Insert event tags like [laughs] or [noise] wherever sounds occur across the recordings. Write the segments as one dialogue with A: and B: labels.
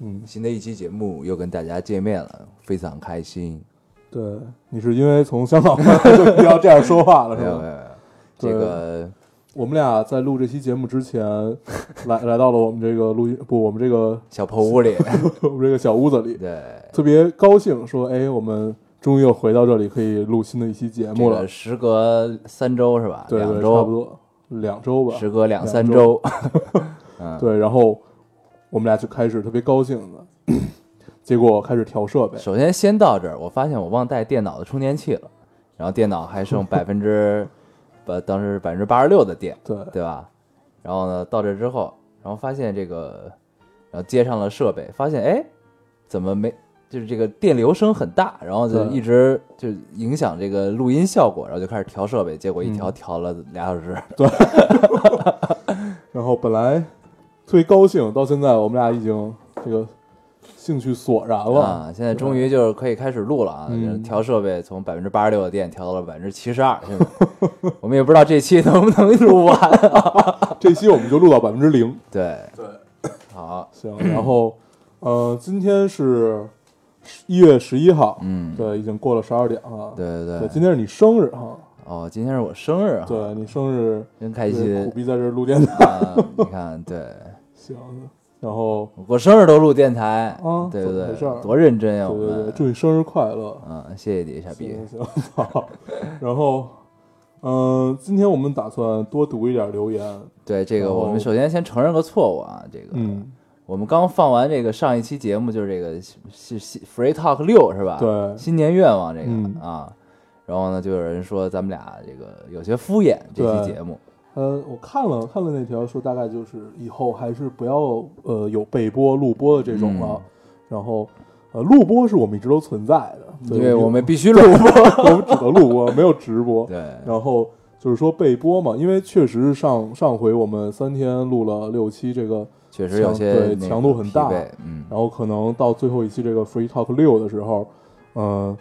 A: 嗯，
B: 新的一期节目又跟大家见面了，非常开心。
A: 对，你是因为从香港回来就不要这样说话了是
B: 没有没有没
A: 吧？
B: 有，哎这
A: 哎对
B: 个
A: 我们俩在录这期节目之前，来来到了我们这个录音不，我们这个
B: 小破屋
A: [laughs]
B: 里，
A: 我们这个小屋子里，
B: 对，
A: 特别高兴，说哎，我们终于又回到这里，可以录新的一期节目
B: 这
A: 了
B: 个。时隔三周是吧？
A: 对
B: 两
A: 对，差不
B: 周，
A: 多两周吧。
B: 时隔两三
A: 两周
B: 周，嗯，
A: 对，然后我们俩就开始特别高兴的，结果开始调设备。
B: 首先先到这儿，我发现我忘带电脑的充电器了，然后电脑还剩百分之，把当时百分之八十六的电，
A: 对
B: 对吧？然后呢，到这之后，然后发现这个，然后接上了设备，发现哎，怎么没？就是这个电流声很大，然后就
A: 对
B: 一直就影响这个录音效果，然后就开始调设备，结果一调
A: 嗯
B: 调了俩小时，
A: 然后本来特别高兴，到现在我们俩已经这个兴趣索然了。
B: 啊，现在终于就是可以开始录了啊！
A: 嗯
B: 就是调设备从百分之八十六的电调到了百分之七十二，现在我们也不知道这期能不能录完啊。
A: 这期我们就录到百分之零。
B: 对，
A: 对，
B: 好，
A: 行。然后，呃，今天是一月十一号，
B: 嗯
A: 对，已经过了十二点了。
B: 对对
A: 对，今天是你生日哈，
B: 哦，今天是我生日啊，
A: 对你生日，
B: 真开
A: 苦
B: 心
A: 逼在这儿录电台。
B: 啊！你看，对
A: 行，然后，
B: 我过生日都录电台
A: 啊
B: 对
A: 怎么
B: 对
A: 回事儿
B: 对，多认真呀，
A: 对
B: 我
A: 对对，
B: 们啊
A: 祝你生日快乐。
B: 嗯，谢谢你，傻逼
A: 行，行行，好。然后，嗯、今天我们打算多读一点留言。
B: 对这个，
A: 然后
B: 我们首先先承认个错误啊，这个
A: 哦嗯，
B: 我们刚放完这个上一期节目，就是这个是是 Free Talk 六是吧？
A: 对
B: 新年愿望这个、
A: 嗯
B: 啊。然后呢，就有人说咱们俩这个有些敷衍这期节目，
A: 呃，我看了看了那条，说大概就是以后还是不要呃有备播、录播的这种了。然后，呃，录播是我们一直都存在的，对
B: 因为我们必须录播。
A: [laughs] 我们只能录播，没有直播。
B: 对，
A: 然后就是说备播嘛，因为确实是上上回我们三天录了六期这个，
B: 确实有些
A: 强对
B: 那个
A: 强度很大
B: 疲惫嗯，
A: 然后可能到最后一期这个 Free Talk 六的时候，嗯、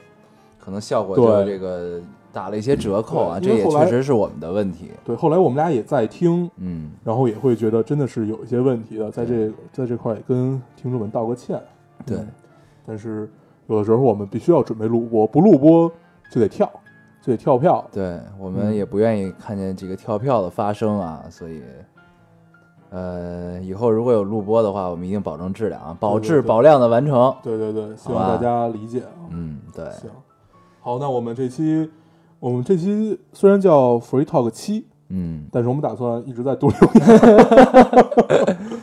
B: 可能效果
A: 对
B: 就这个打了一些折扣啊，
A: 对
B: 这
A: 因为
B: 也
A: 后
B: 确
A: 来
B: 实是我们的问题。
A: 对，后来我们俩也在听，
B: 嗯，
A: 然后也会觉得真的是有一些问题的，在这在这块儿也跟听众们道个歉。
B: 对，
A: 嗯但是有的时候我们必须要准备录播，不录播就得跳，就得跳票。
B: 对我们
A: 嗯
B: 也不愿意看见这个跳票的发生啊，所以，呃，以后如果有录播的话，我们一定保证质量啊，保
A: 对
B: 质
A: 对
B: 保量的完成。
A: 对对对，希
B: 好
A: 望
B: 吧
A: 大家理解啊。
B: 嗯，对，
A: 行，好，那我们这期我们这期虽然叫 Free Talk 七，
B: 嗯，
A: 但是我们打算一直在读留言。 [laughs]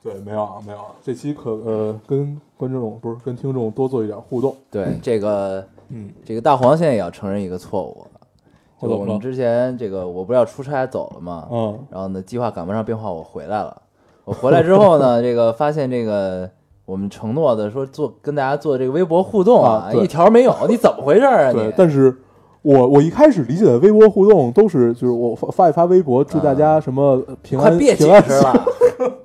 A: 对，没有啊，没有啊，这期可呃跟观众不是跟听众多做一点互动。
B: 对，这个
A: 嗯，
B: 这个大黄现在也要承认一个错误了，就
A: 我怎
B: 我
A: 么
B: 们
A: 了
B: 之前这个我不是要出差走了吗？
A: 嗯，
B: 然后呢，计划赶不上变化，我回来了。我回来之后
A: [laughs]
B: 呢，这个发现这个我们承诺的说做跟大家做这个微博互动
A: 啊对
B: 一条没有，你怎么回事儿啊你？
A: 对，但是我我一开始理解的微博互动都是就是我发发一发微博，祝大家什么呃平
B: 啊快
A: 安、
B: 别解
A: 平安
B: 释了，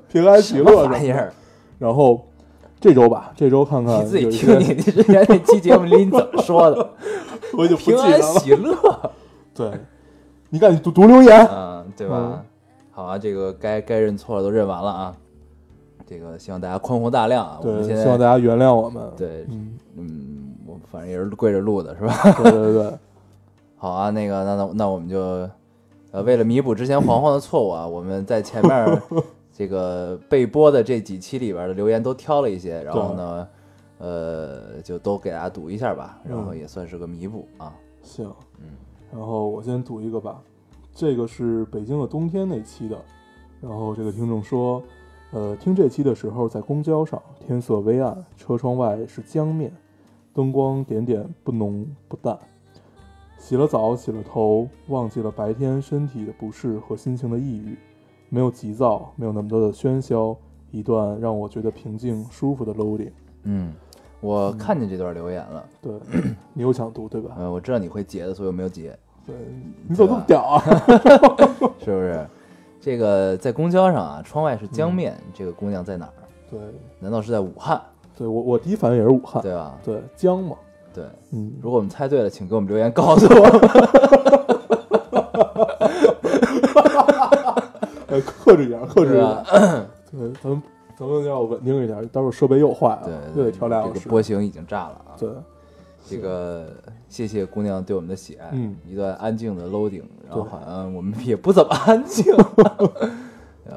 A: 平安喜
B: 什么
A: 乐什
B: 玩意
A: 么的。
B: 儿？
A: 然后这周吧，这周看看
B: 你自己
A: 有一
B: 听
A: 些
B: 你
A: [laughs]
B: 你之前那期节目里你怎么说的？
A: 我已经 [laughs] 不记
B: 平
A: 得
B: 安
A: 了。
B: 喜
A: [laughs]
B: 乐，
A: 对，你赶紧读读留言。
B: 嗯，对吧？好啊，这个该该认错了都认完了啊。这个希望大家宽宏大量啊！我
A: 对
B: 们，现
A: 希望
B: 在
A: 大家原谅我们。
B: 对，
A: 嗯，
B: 嗯，我反正也是跪着录的是吧？ [laughs]
A: 对对对，
B: 好啊，那个，那那那我们就，呃，为了弥补之前黄黄的错误啊，我们在前面儿这个被播的这几期里边儿的留言都挑了一些，然后呢，呃，就都给大家读一下吧，然后也算是个弥补啊。
A: 行，
B: 嗯，
A: 然后我先读一个吧，这个是北京的冬天那期的，然后这个听众说，呃，听这期的时候在公交上，天色微暗，车窗外是江面，灯光点点不浓不淡。洗了澡，洗了头，忘记了白天身体的不适和心情的抑郁，没有急躁，没有那么多的喧嚣，一段让我觉得平静舒服的 loading。
B: 嗯，我看见这段留言了，
A: 对你有想读对吧？
B: 呃，我知道你会截的，所以我没有截，
A: 对，你怎么这么屌啊？
B: 是不是？这个在公交上啊，窗外是江面，这个姑娘在哪儿？
A: 对，
B: 难道是在武汉？
A: 对我我第一反应也是武汉，
B: 对吧？
A: 对江嘛，
B: 对，
A: 嗯，
B: 如果我们猜对了，请给我们留言告诉我们。
A: 呃，克制一点，克制一
B: 对啊
A: 点
B: 吧，？
A: 对，咱们咱们要稳定一点，待会儿设备又坏了，
B: 对，
A: 啊又得调俩
B: 这
A: 小
B: 个
A: 时。
B: 波形已经炸了啊！
A: 对，
B: 这个谢谢姑娘对我们的喜爱，
A: 嗯
B: 一段安静的 loading，然后
A: 对
B: 好像我们也不怎么安
A: [laughs]
B: 静。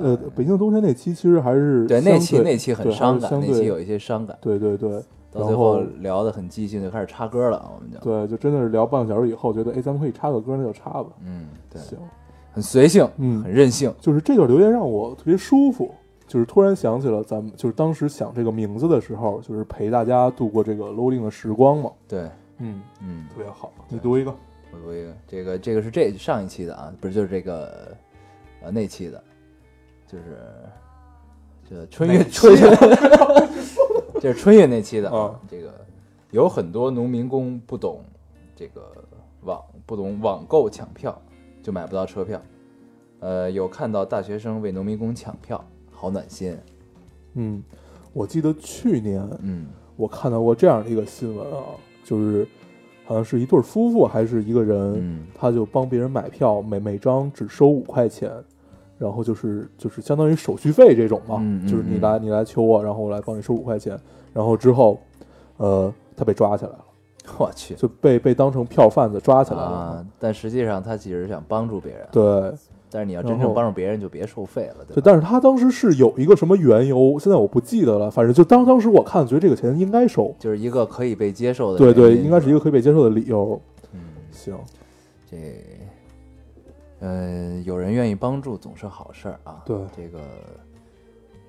A: 呃，北京冬天那期其实还是
B: 对，
A: 相对
B: 那期那期很
A: 对
B: 伤
A: 还是
B: 感，
A: 相对
B: 那期有一些伤感，
A: 对对对，
B: 到
A: 然
B: 最后聊得很即兴，就开始插歌了啊，我们就，
A: 对，就真的是聊半个小时以后，觉得哎，咱们可以插个歌，那就插吧。
B: 嗯，对，
A: 行，
B: 很随性，
A: 嗯
B: 很任性，
A: 就是这段留言让我特别舒服，就是突然想起了咱们，就是当时想这个名字的时候，就是陪大家度过这个 loading 的时光嘛。
B: 对，
A: 嗯，
B: 嗯，
A: 特别好。
B: 对
A: 你读一个，
B: 我读一个，这个这个是这上一期的啊，不是就是这个呃那期的，就是这春运春运，这是春运那期的啊
A: 啊，
B: 这个有很多农民工不懂这个网不懂网购抢票，就买不到车票。呃，有看到大学生为农民工抢票，好暖心。
A: 嗯，我记得去年
B: 嗯
A: 我看到过这样的一个新闻啊，就是好像是一对夫妇还是一个人，
B: 嗯
A: 他就帮别人买票，每每张只收五块钱，然后就是就是相当于手续费这种嘛，
B: 嗯嗯
A: 就是你
B: 嗯
A: 来你来求我，然后我来帮你收五块钱，然后之后，呃，他被抓起来了，
B: 我去
A: 就被被当成票贩子抓起来了。
B: 啊！但实际上他其实想帮助别人，
A: 对
B: 但是你要真
A: 然
B: 正
A: 后
B: 帮助别人，就别收费了，对
A: 对，
B: 吧？
A: 但是他当时是有一个什么缘由，现在我不记得了。反正就当当时我看，觉得这个钱应该收，
B: 就是一个可以被接受的原
A: 对
B: 因，
A: 对，应该是一
B: 吧
A: 个可以被接受的理由。
B: 嗯，
A: 行，
B: 这，呃，有人愿意帮助总是好事儿啊。
A: 对
B: 这个，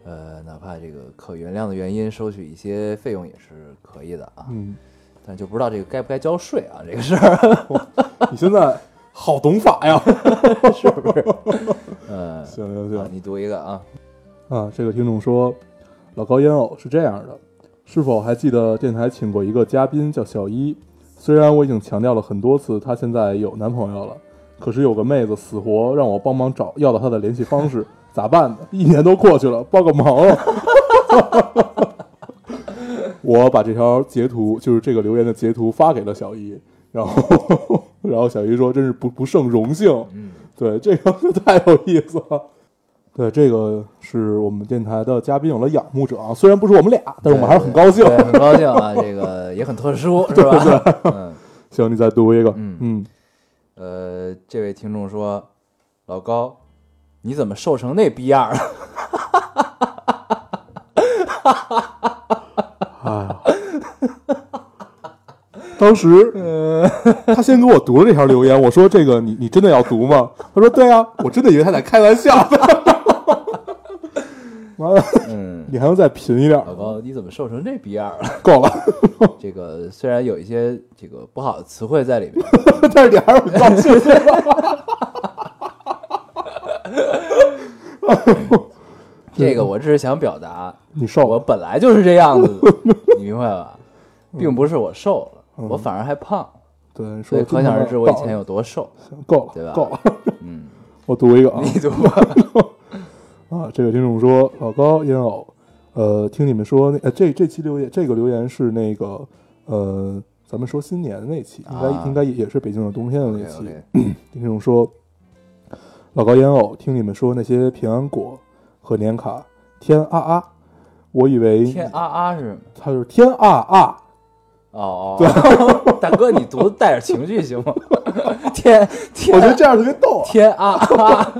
B: 呃，哪怕这个可原谅的原因，收取一些费用也是可以的啊。
A: 嗯，
B: 但就不知道这个该不该交税啊，这个事
A: [laughs]
B: 儿
A: 你现在好懂法呀。
B: 是不是？呃，
A: 行行
B: 啊
A: 行，
B: 你读一个啊。
A: 啊，这个听众说，老高烟偶是这样的，是否还记得电台请过一个嘉宾叫小一？虽然我已经强调了很多次，她现在有男朋友了，可是有个妹子死活让我帮忙找要到她的联系方式，咋办呢？一年都过去了，帮个忙 [laughs] 啊！我把这条截图，就是这个留言的截图发给了小一，然后， [laughs] 然后小一说：“真是不不胜荣幸。”
B: 嗯，
A: 对，这个太有意思了。对，这个是我们电台的嘉宾有了仰慕者啊，虽然不是我们俩，但是我们还是很高兴。
B: 对， [laughs] 很高兴啊，这个也很特
A: [laughs]
B: 殊，是吧？嗯，
A: 行，你再读一个，
B: 嗯
A: 嗯，
B: 呃，这位听众说，老高，你怎么瘦成那逼样了？
A: 哎呀，当时，
B: 嗯
A: 他先给我读了这条留言，我说这个你你真的要读吗？他说对啊，我真的以为他在开玩
B: [laughs]
A: 笑的。完了，
B: 嗯，
A: 你还能再贫一点
B: 老
A: 吗？
B: 高，你怎么瘦成这逼样了？
A: 够了， [laughs]
B: 这个虽然有一些这个不好的词汇在里面，
A: 但是你还是很高兴。
B: 这个我只是想表达，
A: 你瘦
B: 我
A: 了，
B: 本来就是这样子的，你明白吧？并不是我瘦了，
A: 嗯
B: 我反而还胖，
A: 对，你
B: 所
A: 说
B: 以
A: 得
B: 可
A: 真
B: 想
A: 他妈
B: 而知我以
A: 棒
B: 前有多瘦。
A: 够
B: 对吧
A: 了，够了。
B: 嗯，
A: [laughs] 我读一个啊，
B: [laughs] 你读吧。
A: 啊，这位听众说，老高烟偶，呃，听你们说那，呃，这这期留言，这个留言是那个，呃，咱们说新年的那期，应该、
B: 啊
A: 应该也是北京的冬天的那
B: OK
A: 期。
B: OK，
A: 听众说，老高烟偶，听你们说那些平安果和年卡，天啊啊，我以为
B: 天啊啊是什么？
A: 他就是天啊啊，
B: 哦哦，大哥，你读带点情绪行吗？天
A: 我觉得
B: 天
A: 这样特别逗啊。
B: 天啊啊！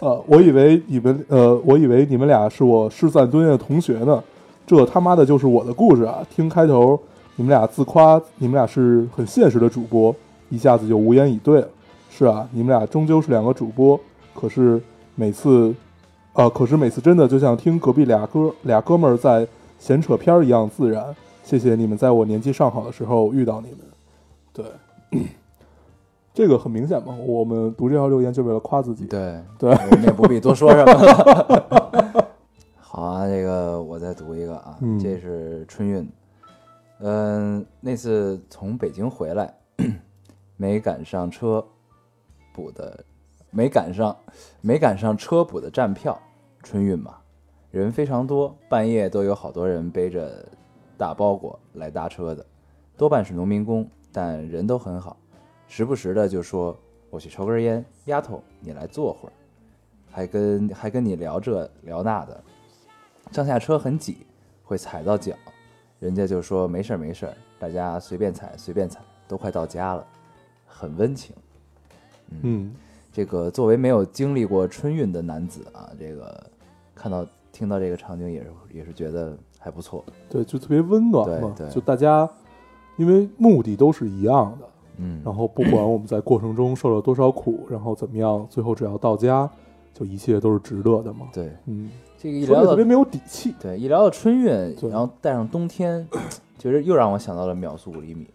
A: 呃，我以为你们，呃，我以为你们俩是我失散多年的同学呢，这他妈的就是我的故事啊！听开头，你们俩自夸，你们俩是很现实的主播，一下子就无言以对了。是啊，你们俩终究是两个主播，可是每次，呃，可是每次真的就像听隔壁俩哥俩哥们儿在闲扯片儿一样自然。谢谢你们在我年纪尚好的时候遇到你们。对， [clears throat] 这个很明显嘛，我们读这条留言就为了夸自己。
B: 对
A: 对
B: 我们也不必多说什么了。好啊，这个啊是春运，嗯，那次从北京回来 [clears throat] 没赶上车补的，没赶上没赶上车补的站票，春运嘛，人非常多，半夜都有好多人背着大包裹来搭车的，多半是农民工，但人都很好，时不时的就说我去抽根烟，丫头你来坐会儿，还跟还跟你聊这聊那的，上下车很挤，会踩到脚，人家就说没事儿没事儿，大家随便踩随便踩，都快到家了，很温情。
A: 嗯，
B: 这个作为没有经历过春运的男子啊，这个看到听到这个场景也是也是觉得还不错，
A: 对，就特别温暖嘛
B: 对，对
A: 就大家因为目的都是一样的，
B: 嗯，
A: 然后不管我们在过程中受了多少苦，然后怎么样，最后只要到家，就一切都是值得的嘛。
B: 对
A: 嗯，
B: 这个一
A: 说
B: 聊
A: 的特
B: 到
A: 别没有底气。
B: 对一聊到春运，
A: 对
B: 然后带上冬天，其实又让我想到了秒速五厘米，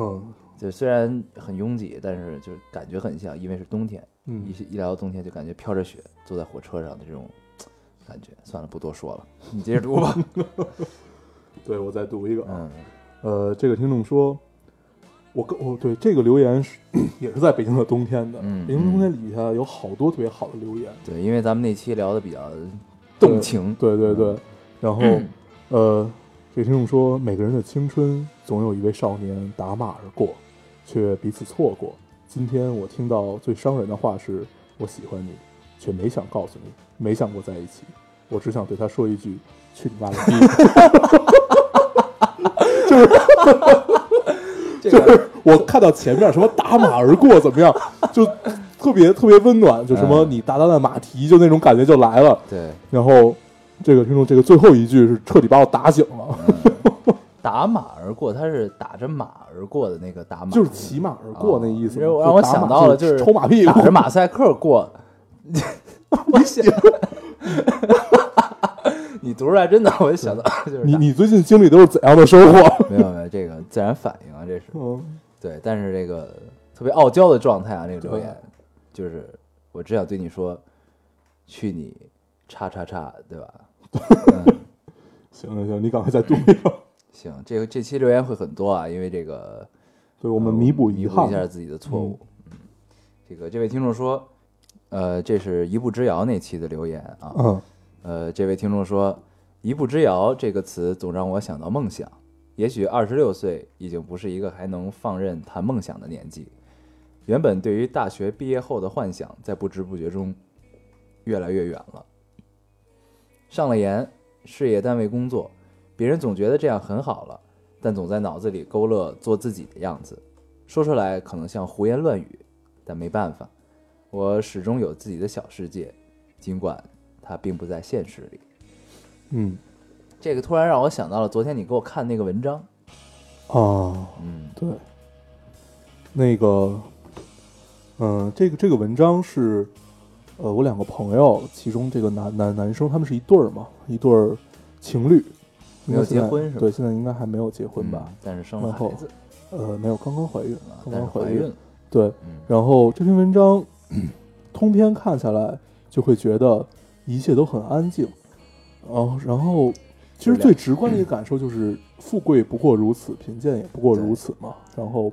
A: 嗯
B: 就虽然很拥挤，但是就是感觉很像，因为是冬天，一
A: 嗯，
B: 一聊到冬天就感觉飘着雪，坐在火车上的这种感觉。算了，不多说了，你接着读
A: [laughs]
B: 吧。
A: 对我再读一个啊，
B: 嗯
A: 呃，这个听众说，我跟我对这个留言是也是在北京的冬天的，
B: 嗯
A: 北京冬天底下有好多特别好的留言，
B: 对，因为咱们那期聊的比较动情，
A: 对对
B: 嗯
A: 对，
B: [laughs]
A: 然后、呃，这个听众说，每个人的青春总有一位少年打马而过，却彼此错过。今天我听到最伤人的话是：我喜欢你，却没想告诉你，没想过在一起。我只想对他说一句：去你妈的逼！
B: 这
A: 就
B: 个
A: 是我看到前面什么打马而过怎么样，就特别特别温暖，就什么
B: 嗯
A: 你达达的马蹄，就那种感觉就来了。
B: 对，
A: 然后这个听众这个最后一句是彻底把我打醒了。
B: 打马而过，他是打着马而过的那个打马，
A: 就是骑马而过那意思。
B: 哦让我
A: 就打
B: 想
A: 马
B: 到了，
A: 就是抽马屁股，
B: 打着马赛克
A: [laughs]
B: 过。我想， [laughs] 你读出来真的，我就想到就是
A: 你
B: 打
A: 你最近经历都是怎样的收 [laughs] 获？
B: 没有没有这个自然反应啊，这是
A: 嗯，
B: 对，但是这个特别傲娇的状态啊，那个留
A: 对
B: 言就是我只想对你说，去你叉叉叉，对吧？
A: [laughs] 行行行，你赶快再读一个，
B: 行，这个这期留言会很多啊，因为这个呃
A: 对我们弥补
B: 嗯弥
A: 遗
B: 补
A: 憾
B: 一。下自己的错误。嗯，这个这位听众说，呃，这是一步之遥那期的留言啊。
A: 嗯，
B: 呃，这位听众说，一步之遥这个词总让我想到梦想。也许二十六岁已经不是一个还能放任谈梦想的年纪。原本对于大学毕业后的幻想，在不知不觉中越来越远了。上了研，事业单位工作，别人总觉得这样很好了，但总在脑子里勾勒做自己的样子。说出来可能像胡言乱语，但没办法，我始终有自己的小世界，尽管它并不在现实里。
A: 嗯
B: 这个突然让我想到了昨天你给我看那个文章，
A: 啊，
B: 嗯
A: 对，那个，嗯，这个这个文章是，呃，我两个朋友，其中这个男男男生他们是一对儿嘛，一对儿情侣，
B: 没有
A: 应该现在
B: 结婚是吧
A: 对，现在应该还没有结婚吧
B: 嗯？但是生了
A: 然后
B: 孩子
A: 呃，没有，刚刚怀孕
B: 嗯啊，，
A: 刚
B: 但是
A: 刚
B: 怀
A: 怀
B: 孕
A: 孕
B: 了，，
A: 对，
B: 嗯，
A: 然后这篇文章 [clears throat] 通篇看下来，就会觉得一切都很安静。哦，然后其实最直观的一个感受就是，富贵不过如此，贫贱也不过如此嘛。然后，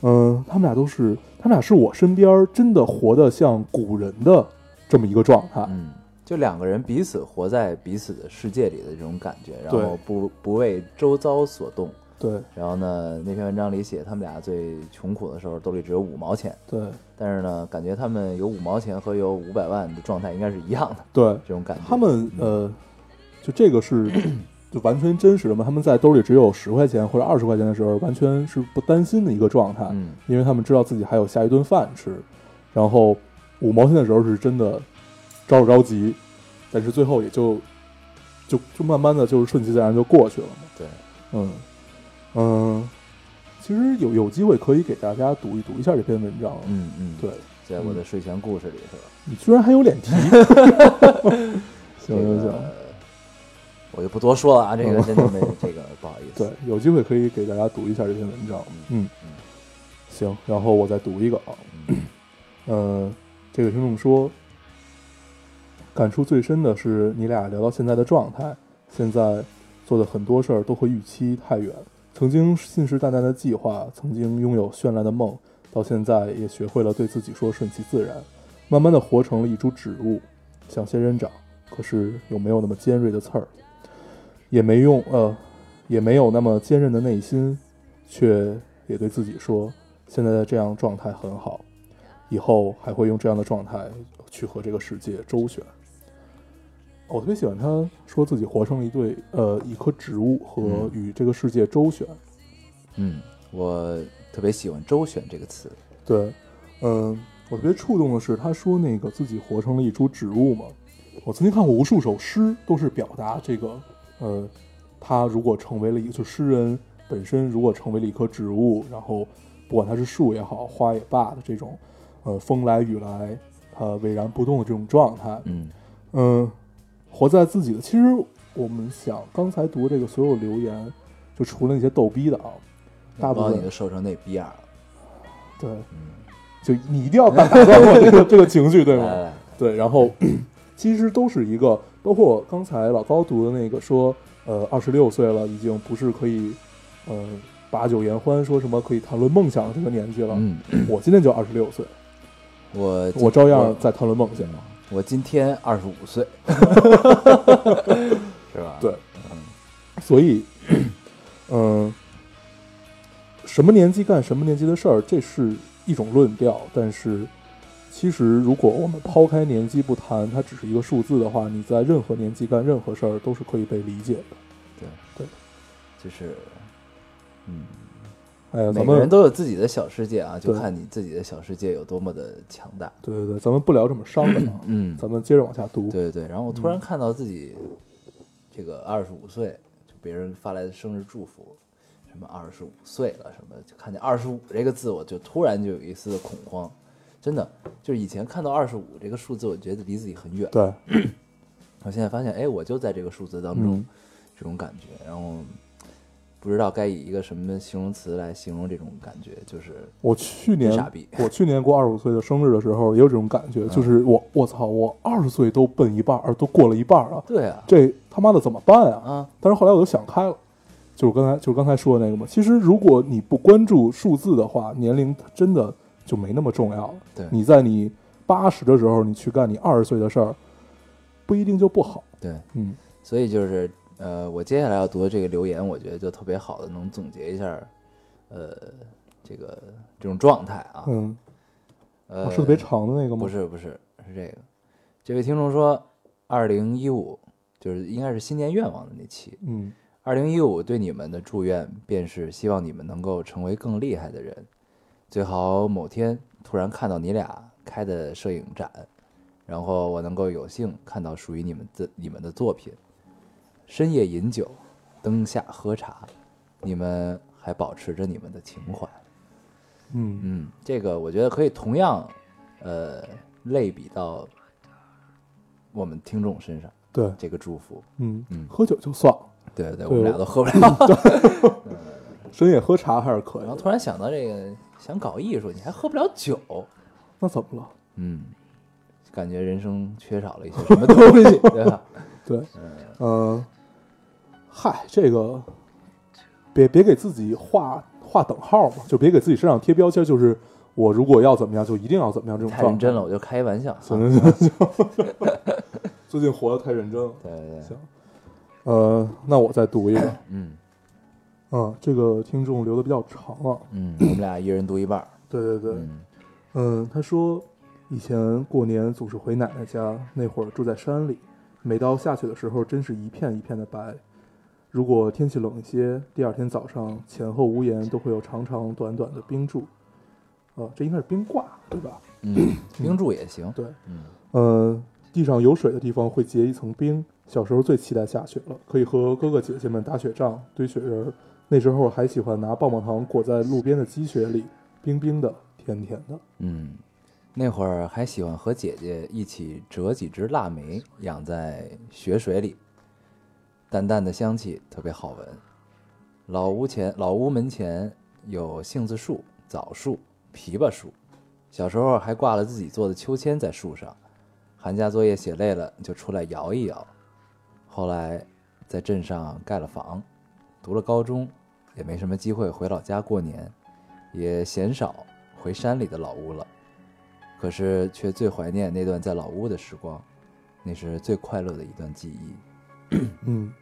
A: 嗯，他们俩都是，他们俩是我身边儿真的活得像古人的这么一个状态。
B: 嗯，就两个人彼此活在彼此的世界里的这种感觉，然
A: 对
B: 后不不为周遭所动。
A: 对
B: 然后呢，那篇文章里写他们俩最穷苦的时候，兜里只有五毛钱，
A: 对
B: 但是呢，感觉他们有五毛钱和有五百万的状态应该是一样的
A: 对，
B: 这种感觉。
A: 他们呃，就这个是 [clears throat] 就完全真实的嘛。他们在兜里只有十块钱或者二十块钱的时候，完全是不担心的一个状态。
B: 嗯，
A: 因为他们知道自己还有下一顿饭吃。然后五毛钱的时候是真的着了着急，但是最后也就就就慢慢的就是顺其自然就过去了嘛。
B: 对，
A: 嗯嗯，其实有有机会可以给大家读一读一下这篇文章。
B: 嗯嗯，
A: 对，
B: 在我的睡前故事里是吧？
A: 你居然还有脸提，行行
B: 这
A: 行，
B: 个我就不多说了啊，这个真的没这
A: [laughs]
B: 个不好意思。
A: 哦对，有机会可以给大家读一下这篇文章。嗯，行，然后我再读一个啊。
B: 嗯
A: 呃，这个听众说，感触最深的是你俩聊到现在的状态。现在做的很多事儿都和预期太远。曾经信誓旦旦的计划，曾经拥有绚烂的梦，到现在也学会了对自己说顺其自然，慢慢的活成了一株植物，想仙人掌，可是又没有那么尖锐的刺儿，也没用呃，也没有那么坚韧的内心，却也对自己说，现在的这样状态很好，以后还会用这样的状态去和这个世界周旋。哦我特别喜欢他说自己活成了一对呃一棵植物和
B: 嗯
A: 与这个世界周旋。
B: 嗯，我特别喜欢“周旋”这个词。
A: 对，嗯，我特别触动的是他说那个自己活成了一株植物嘛。我曾经看过无数首诗，都是表达这个，呃，他如果成为了一个，就诗人本身如果成为了一棵植物，然后不管它是树也好，花也罢的这种，呃，风来雨来，它巍然不动的这种状态，
B: 嗯
A: 嗯，活在自己的。其实我们想，刚才读这个所有留言，就除了那些逗逼的啊，大部
B: 包你
A: 分
B: 就瘦成那逼样了。
A: 对，
B: 嗯，
A: 就你一定要打打断我这个这个情绪，对
B: 来来 [laughs]
A: 吗？
B: 来，
A: 对，然后 [clears throat] 其实都是一个，包括刚才老高读的那个说，呃，二十六岁了，已经不是可以，呃，把酒言欢，说什么可以谈论梦想的这个年纪了。
B: 嗯，
A: 我今年就二十六岁，
B: 我今
A: 我照样
B: 我
A: 在谈论梦想。
B: 我今天二十五
A: [laughs]
B: 岁，是吧？
A: 对，所以， [clears throat] 嗯、什么年纪干什么年纪的事儿，这是一种论调。但是，其实如果我们抛开年纪不谈，它只是一个数字的话，你在任何年纪干任何事儿都是可以被理解的。
B: 对
A: 对，
B: 就是，嗯，
A: 哎呀，
B: 每
A: 咱
B: 个人
A: 们
B: 都有自己的小世界啊，就
A: 对
B: 看你自己的小世界有多么的强大。
A: 对对对，咱们不聊这么伤的
B: [clears throat]
A: 了，
B: 嗯，
A: 咱们接着往下读。
B: 对对对。然后我
A: 嗯
B: 突然看到自己这个二十五岁，就别人发来的生日祝福，什么二十五岁了什么，就看见二十五这个字，我就突然就有一丝的恐慌。真的，就是以前看到二十五这个数字，我觉得离自己很远。
A: 对，
B: 我现在发现，哎，我就在这个数字当中，
A: 嗯，
B: 这种感觉，然后不知道该以一个什么形容词来形容这种感觉，就是
A: 我去年
B: 傻逼
A: 我去年过二十五岁的生日的时候，也有这种感觉，就是我我操，我二十岁都奔一半儿，都过了一半儿啊，
B: 对啊，
A: 这他妈的怎么办啊？
B: 啊，
A: 但是后来我就想开了，就是刚才就是刚才说的那个嘛。其实如果你不关注数字的话，年龄它真的就没那么重要了。
B: 对
A: 你在你八十的时候，你去干你二十岁的事儿，不一定就不好。
B: 对，
A: 嗯
B: 所以就是呃，我接下来要读的这个留言，我觉得就特别好的能总结一下，呃，这个这种状态啊，
A: 嗯，
B: 呃，
A: 是特别长的那个吗？
B: 不，是不是是这个，这位听众说，二零一五就是应该是新年愿望的那期，
A: 嗯
B: 二零一五对你们的祝愿，便是希望你们能够成为更厉害的人。最好某天突然看到你俩开的摄影展，然后我能够有幸看到属于你们的你们的作品。深夜饮酒，灯下喝茶，你们还保持着你们的情怀。
A: 嗯
B: 嗯，这个我觉得可以同样，呃，类比到我们听众身上
A: 对，
B: 这个祝福。
A: 嗯
B: 嗯
A: 喝酒就算了，
B: 对对对，
A: 对
B: 我们俩都喝不了。
A: 深夜喝茶还是可以
B: 然后
A: 的。
B: 突然想到这个，想搞艺术，你还喝不了酒，
A: 那怎么了？
B: 嗯，感觉人生缺少了一些什么东 [laughs] 西，对吧？
A: 对，嗯，嗨，这个别别给自己画画等号嘛，就别给自己身上贴标签，就是我如果要怎么样，就一定要怎么样这种
B: 太
A: 状
B: 认
A: 态。
B: 真了，我就开一玩笑啊。
A: 行行行行 [laughs] 最近活得太认真了。
B: 对对对，
A: 行，呃，那我再读一个，
B: 嗯
A: 嗯，这个听众留的比较长啊。
B: 嗯，我们俩一人读一半儿。
A: 对对对，
B: 嗯
A: 嗯，他说以前过年总是回奶奶家，那会儿住在山里，每到下雪的时候，真是一片一片的白。如果天气冷一些，第二天早上前后屋檐都会有长长短短的冰柱，呃，这应该是冰挂，对吧？
B: [laughs] 嗯，冰柱也行。
A: 对，
B: 嗯
A: 呃，地上有水的地方会结一层冰。小时候最期待下雪了，可以和哥哥姐姐们打雪仗、堆雪人儿。那时候还喜欢拿棒棒糖裹在路边的积雪里，冰冰的，甜甜的。
B: 嗯，那会儿还喜欢和姐姐一起折几只腊梅，养在雪水里，淡淡的香气特别好闻。老屋前，老屋门前有杏子树、枣树、枇杷树，小时候还挂了自己做的秋千在树上，寒假作业写累了就出来摇一摇。后来在镇上盖了房，读了高中，也没什么机会回老家过年，也嫌少回山里的老屋了。可是却最怀念那段在老屋的时光，那是最快乐的一段记忆。
A: 嗯，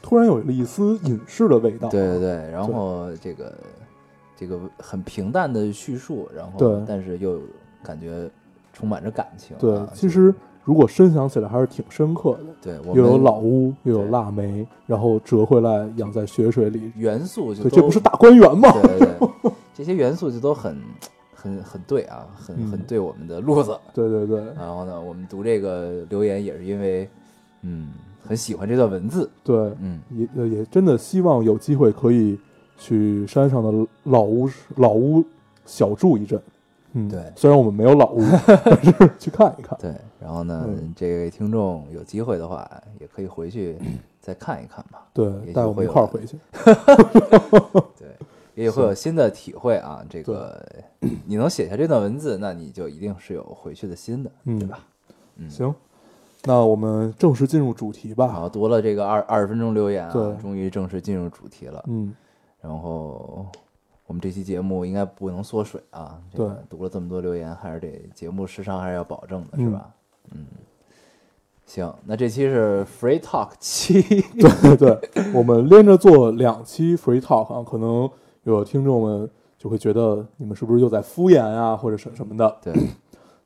A: 突然有了一丝隐士的味道。
B: 对对对，然后这个这个很平淡的叙述，然后
A: 对
B: 但是又感觉充满着感情啊、
A: 对，
B: 就
A: 其实如果深想起来还是挺深刻的，
B: 对我
A: 又
B: 们
A: 有老屋，又有
B: 对
A: 腊梅，然后折回来养在雪水里，
B: 元素就
A: 对，
B: 都
A: 这不是大观园吗？
B: 对对对，这些元素就都很很很对啊，很很
A: 嗯
B: 对我们的路子。
A: 对对对
B: 然后呢，我们读这个留言也是因为，嗯，很喜欢这段文字，
A: 对，
B: 嗯，
A: 也呃也真的希望有机会可以去山上的老屋老屋小住一阵。嗯，
B: 对
A: 虽然我们没有
B: [laughs]
A: 老屋，但是去看一看。
B: 对。然后呢，
A: 嗯
B: 这位听众有机会的话，也可以回去再看一看吧。也
A: 对，
B: 许
A: 带我
B: 会
A: 们一
B: 有
A: 块儿
B: 的
A: 回去。
B: 对，也许会有新的体会啊。这个你能写下这段文字，那你就一定是有回去的心的，
A: 嗯
B: 对吧？嗯，
A: 行，那我们正式进入主题吧。
B: 好，读了这个二二十分钟留言啊
A: 啊对，
B: 终于正式进入主题了。
A: 嗯，
B: 然后我们这期节目应该不能缩水啊，这个
A: 对
B: 读了这么多留言，还是得节目时长还是要保证的，是
A: 嗯
B: 吧？嗯，行，那这期是 Free Talk 七， [laughs]
A: [laughs] 对对，我们连着做两期 free talk 啊，可能有听众们就会觉得你们是不是又在敷衍啊，或者什什么的。
B: 对，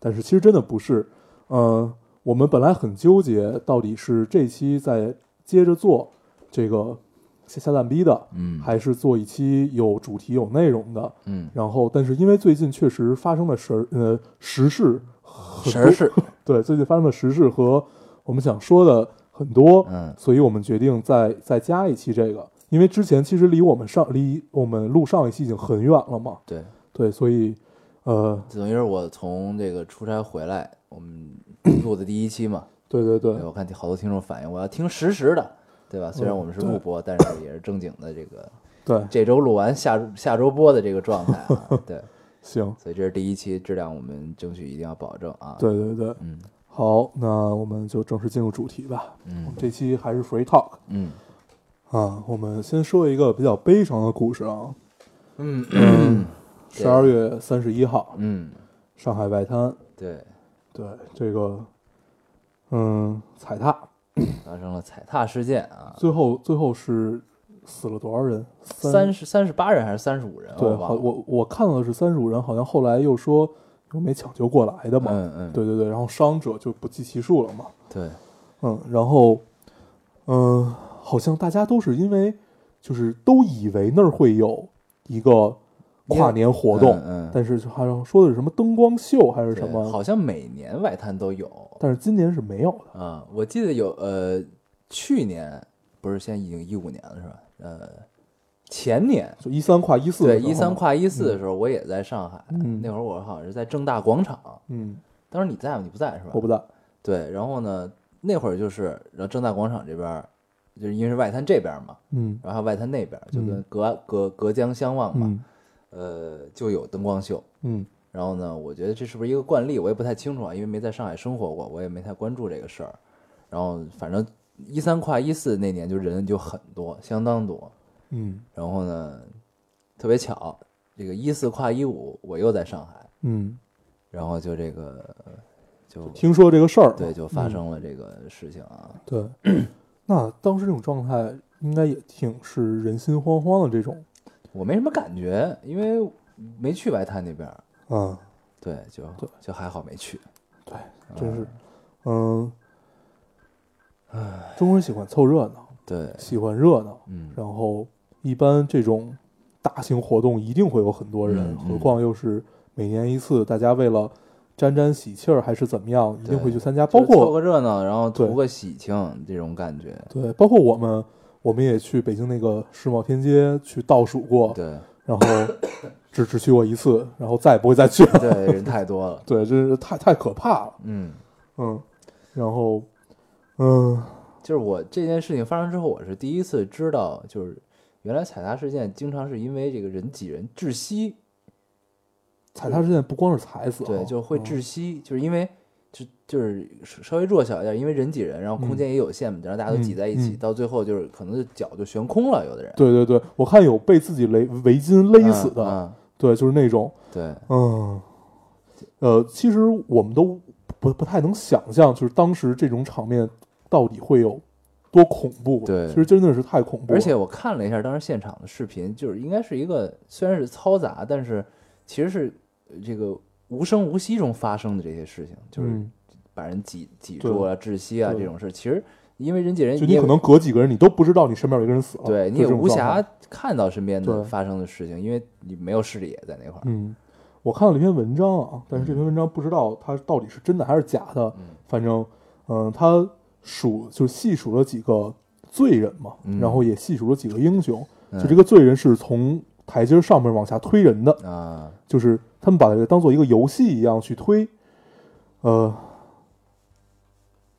A: 但是其实真的不是。呃，我们本来很纠结，到底是这期再接着做这个下下蛋逼的，
B: 嗯
A: 还是做一期有主题有内容的。
B: 嗯，
A: 然后，但是因为最近确实发生了时呃时事很多，
B: 神是，
A: 对最近发生的时事和我们想说的很多，
B: 嗯
A: 所以我们决定再再加一期这个，因为之前其实离我们上离我们录上一期已经很远了嘛，
B: 对，
A: 对，所以呃，
B: 等于是我从这个出差回来，我们录的第一期嘛，
A: 对对对
B: 对，我看好多听众反映我要听实时的，对吧？虽然
A: 嗯
B: 我们是
A: 对
B: 录播，但是也是正经的这个
A: 对，
B: 这周录完下下周播的这个状态
A: [laughs]
B: 啊，对。
A: 行，
B: 所以这是第一期质量，我们争取一定要保证啊。，
A: 对对对，
B: 嗯
A: 好，那我们就正式进入主题吧。我
B: 嗯
A: 们这期还是 free talk
B: 嗯
A: 啊，我们先说一个比较悲伤的故事啊。
B: 嗯
A: 嗯，
B: [coughs] 对
A: 十二月三十一号，
B: 嗯，
A: 上海外滩，
B: 对，
A: 对这个，嗯，踩踏，
B: 发生了踩踏事件啊，
A: 最后最后是死了多少人？
B: 三十三十八人还是三十五人啊？
A: 对，
B: 我
A: 好，
B: 忘了。
A: 我我看了是三十五人，好像后来又说又没抢救过来的嘛。
B: 嗯嗯，
A: 对对对，然后伤者就不计其数了嘛。
B: 对
A: 嗯，然后，嗯、好像大家都是因为，就是都以为那儿会有一个跨年活动，
B: 嗯嗯
A: 但是好像说的是什么灯光秀还是
B: 对
A: 什么，
B: 好像每年外滩都有
A: 但是今年是没有的。
B: 啊。我记得有呃，去年不是现在已经一五年了是吧？呃，前年。
A: 就一三跨一四，
B: 对，一三，跨一四的时候，我也在上海。
A: 嗯
B: 那会儿我好像是在正大广场，
A: 嗯，
B: 当时你在吗？你不在是吧？
A: 我不在，
B: 对，然后呢，那会儿就是，然后正大广场这边儿，就是因为是外滩这边儿嘛，
A: 嗯
B: 然后还有外滩那边儿，就
A: 嗯
B: 跟隔、隔隔江相望嘛，
A: 嗯
B: 呃，就有灯光秀。
A: 嗯
B: 然后呢，我觉得这是不是一个惯例，我也不太清楚啊，因为没在上海生活过，我也没太关注这个事儿。然后反正一三跨一四那年就人就很多，相当多。
A: 嗯
B: 然后呢，特别巧，这个一四跨一五我又在上海，
A: 嗯，
B: 然后就这个就
A: 听说这个事儿，
B: 对就发
A: 嗯
B: 生了这个事情啊。
A: 对。 [clears throat] 那当时这种状态应该也挺是人心惶惶的这种
B: 我没什么感觉，因为没去外滩那边儿，
A: 啊。
B: 对，就
A: 对
B: 就还好没去。
A: 对，
B: 哎
A: 真是，嗯，中国人喜欢凑热闹，
B: 对，
A: 喜欢热闹，
B: 嗯，
A: 然后一般这种大型活动一定会有很多人，
B: 嗯
A: 何况又是每年一次，大家为了沾沾喜气儿还是怎么样，一定会去参加，包
B: 就是凑
A: 括
B: 个热闹，然后图
A: 对
B: 个喜庆这种感觉。
A: 对，包括我们。我们也去北京那个世贸天阶去倒数过，
B: 对
A: 然后只只去过一次，然后再也不会再去了。 [laughs]
B: 对，人太多了。
A: 对，真是太太可怕了。
B: 嗯，
A: 嗯，然后，嗯，
B: 就是我这件事情发生之后，我是第一次知道，就是原来踩踏事件经常是因为这个人挤人窒息，
A: 踩踏事件不光是踩死啊，
B: 对，就会窒息，就是因为就就是稍微弱小一点，因为人挤人，然后空间也有限嘛，然后大家都挤在一起，
A: 嗯嗯嗯
B: 到最后就是可能就脚就悬空了，有的人
A: 对对对，我看有被自己勒围巾勒死的，
B: 嗯
A: 对，就是那种，
B: 嗯对，
A: 嗯，呃，其实我们都不不太能想象，就是当时这种场面到底会有多恐怖。
B: 对
A: 其实真的是太恐怖了。
B: 而且我看了一下当时现场的视频，就是应该是一个虽然是嘈杂，但是其实是呃这个无声无息中发生的这些事情，就是
A: 嗯，
B: 把人挤挤住啊、窒息啊
A: 对
B: 这种事儿。其实因为人挤人，
A: 就
B: 你
A: 你
B: 也
A: 可能隔几个人，你都不知道你身边有一个人死了，
B: 对你
A: 就
B: 也
A: 这种
B: 无
A: 状态
B: 暇看到身边的
A: 对
B: 发生的事情，因为你没有视野在那块儿。
A: 嗯，我看了一篇文章啊，但是这篇文章不知道它到底是真的还是假的。反正，嗯、它数就细数了几个罪人嘛，
B: 嗯
A: 然后也细数了几个英雄。
B: 嗯
A: 就这个罪人是从台阶上面往下推人的，
B: 啊，
A: 就是他们把这个当做一个游戏一样去推。呃，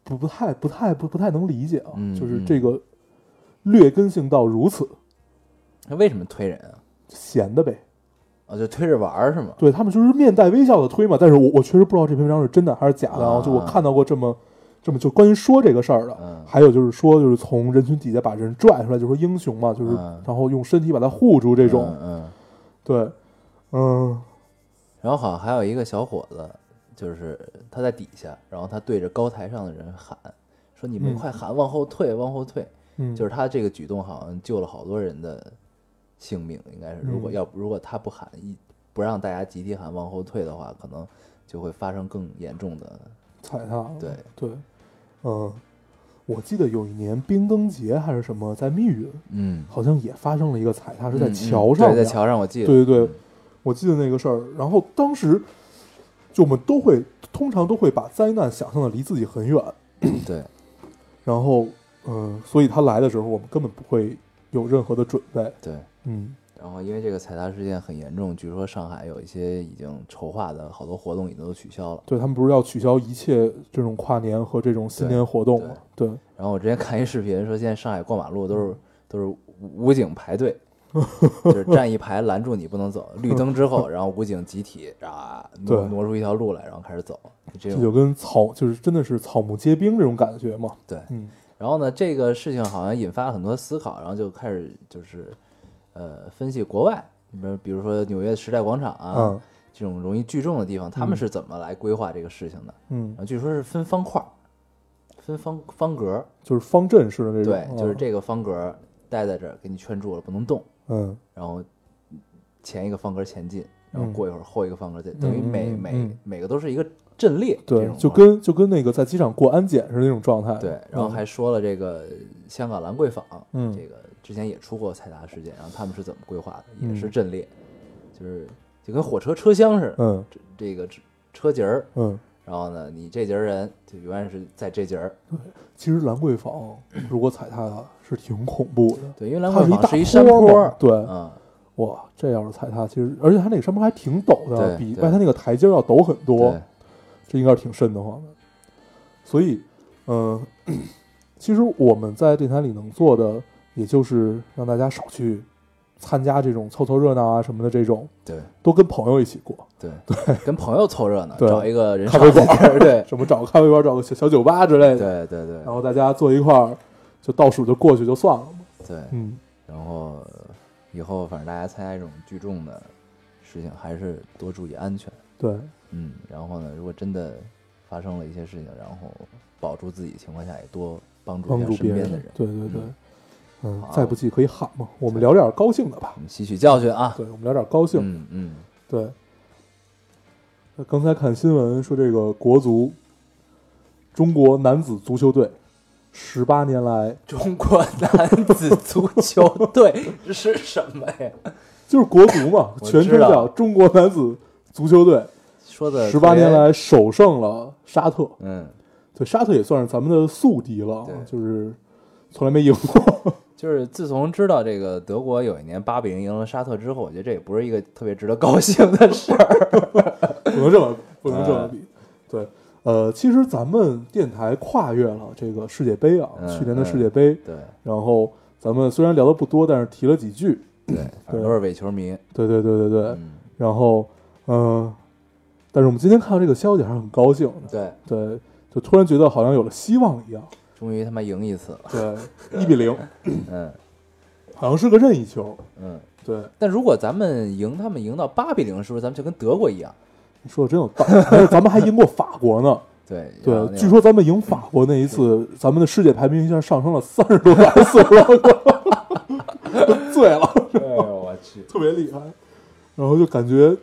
A: 不不太不太不不太能理解啊，
B: 嗯
A: 就是
B: 嗯
A: 这个劣根性到如此，
B: 那为什么推人啊？
A: 闲的呗。
B: 啊，就推着玩儿是吗？
A: 对他们就是面带微笑的推嘛，但是我我确实不知道这篇文章是真的还是假的
B: 啊
A: 就我看到过这么这么就关于说这个事儿的，
B: 嗯
A: 还有就是说就是从人群底下把人拽出来，就说英雄嘛，就是、
B: 嗯
A: 然后用身体把他护住这种，
B: 嗯嗯。
A: 对，嗯，
B: 然后好像还有一个小伙子，就是他在底下，然后他对着高台上的人喊，说：“你们
A: 嗯
B: 快喊，往后退，往后退！”
A: 嗯
B: 就是他这个举动好像救了好多人的性命，应该是。如果
A: 嗯
B: 要不如果他不喊一不让大家集体喊往后退的话，可能就会发生更严重的。
A: 踩踏了，
B: 对
A: 对，嗯，我记得有一年冰灯节还是什么，在密云
B: 嗯，
A: 好像也发生了一个踩踏，是在
B: 嗯嗯
A: 桥上、
B: 对，在桥上，我记得。
A: 对对对，我记得那个事儿。然后当时就我们都会通常都会把灾难想象的离自己很远，
B: 嗯对，
A: 然后呃，所以他来的时候我们根本不会有任何的准备。
B: 对。
A: 嗯，
B: 然后因为这个踩踏事件很严重，据说上海有一些已经筹划的好多活动已经都取消了。
A: 对他们不是要取消一切这种跨年和这种新年活动吗？对，
B: 然后我之前看一视频说，现在上海过马路都
A: 嗯
B: 是都是武武警排
A: [laughs]
B: 队，就是站一排拦住你不能走，绿灯之
A: [laughs]
B: 后，然后武警集体啊挪
A: 对
B: 挪出一条路来，然后开始走，就这
A: 这
B: 种
A: 就跟草就是真的是草木皆兵这种感觉嘛。
B: 对。
A: 嗯，
B: 然后呢，这个事情好像引发了很多思考，然后就开始就是呃分析国外，比如比如说纽约时代广场啊、
A: 嗯
B: 这种容易聚众的地方，他们是怎么来规划这个事情的？
A: 嗯
B: 然，后据说是分方块儿，分方方格儿，
A: 就是方阵式的那种，
B: 对，就是
A: 啊。
B: 这个方格儿待在这儿给你圈住了，不能动。
A: 嗯，
B: 然后前一个方格前进，然后
A: 嗯
B: 过一会儿后一个方格再，等于每
A: 嗯嗯
B: 每
A: 嗯
B: 每个都是一个阵列这
A: 对
B: 种，嘛，
A: 就跟就跟那个在机场过安检似的那种状态。
B: 对，然后还说了这个香港兰桂坊，
A: 嗯
B: 这个之前也出过踩踏事件，然后他们是怎么规划的，
A: 嗯
B: 也是阵列，就是就跟火车车厢似的，
A: 嗯
B: 这这个车车节儿，
A: 嗯。嗯
B: 然后呢，你这节儿人就永远是在这节儿，
A: 其实兰桂坊如果踩踏是挺恐怖的，
B: 对，因嗯为兰
A: 它
B: 桂
A: 是
B: 坊是
A: 一
B: 一
A: 大
B: 山
A: 坡
B: 坡
A: 嘛，对，
B: 嗯，
A: 哇，这要是踩踏，其实而且它那个山坡还挺陡的，
B: 对
A: 比
B: 对
A: 外滩那个台阶要陡很多
B: 对，，
A: 这应该是挺瘆得慌的。所以，嗯、其实我们在电台里能做的，也就是让大家少去参加这种凑凑热闹啊什么的这种，
B: 对。
A: 多跟朋友一起过，
B: 对对，跟朋友凑热闹，
A: 对
B: 找一个人
A: 咖
B: 少的
A: 啡
B: 地
A: [laughs]
B: 儿，对
A: 什么找个咖啡馆，找个小小酒吧之类的，
B: 对对对
A: 然后大家坐一块儿，就倒数就过去就算了嘛。
B: 对，
A: 嗯，
B: 然后呃以后反正大家参加这种聚众的事情，还是多注意安全。
A: 对。
B: 嗯，然后呢，如果真的发生了一些事情，然后保住自己情况下，也多帮助
A: 帮
B: 一
A: 助
B: 下
A: 别
B: 身边
A: 人
B: 的人，
A: 对对对，嗯，
B: 好
A: 再不济可以喊嘛，我们聊点高兴的吧
B: 我。们吸取教训啊。
A: 对，我们聊点高兴。
B: 嗯嗯，
A: 对，那刚才看新闻说，这个国足中国男子足球队十八年来，
B: 中国男子足球队这是什么呀？
A: 就是国足嘛，
B: 我
A: 全称
B: 知道
A: 叫中国男子足球队，
B: 说的
A: 十八年，来首胜了沙特。
B: 嗯，
A: 对，沙特也算是咱们的宿敌了啊
B: 对，
A: 就是从来没赢过。
B: 就是自从知道这个德国有一年八比零赢了沙特之后，我觉得这也不是一个特别值得高兴的事儿。
A: 不能这么不能这么
B: 呃
A: 比。对，呃，其实咱们电台跨越了这个世界杯啊，
B: 嗯
A: 去年的世界杯，
B: 对
A: 然后咱们虽然聊的不多，但是提了几句。
B: 对，反正都是伪球迷。
A: 对对对对对，
B: 嗯
A: 然后，嗯、但是我们今天看到这个消息还是很高兴的，
B: 对，
A: 对，就突然觉得好像有了希望一样，
B: 终于他妈赢一次了，
A: 对，一比零，
B: 嗯
A: 好像是个任意球，
B: 嗯。
A: 对，
B: 但如果咱们赢他们赢到八比零，是不是咱们就跟德国一样？
A: 你说的真有道理，而且咱们还赢过法国呢，
B: 对然后
A: 对，
B: 啊那嗯
A: 据说咱们赢法国那一次，咱们的世界排名一下上升了三十多万次了，醉了，
B: 个，哎呦我去
A: [laughs] ！特别厉害，然后就感觉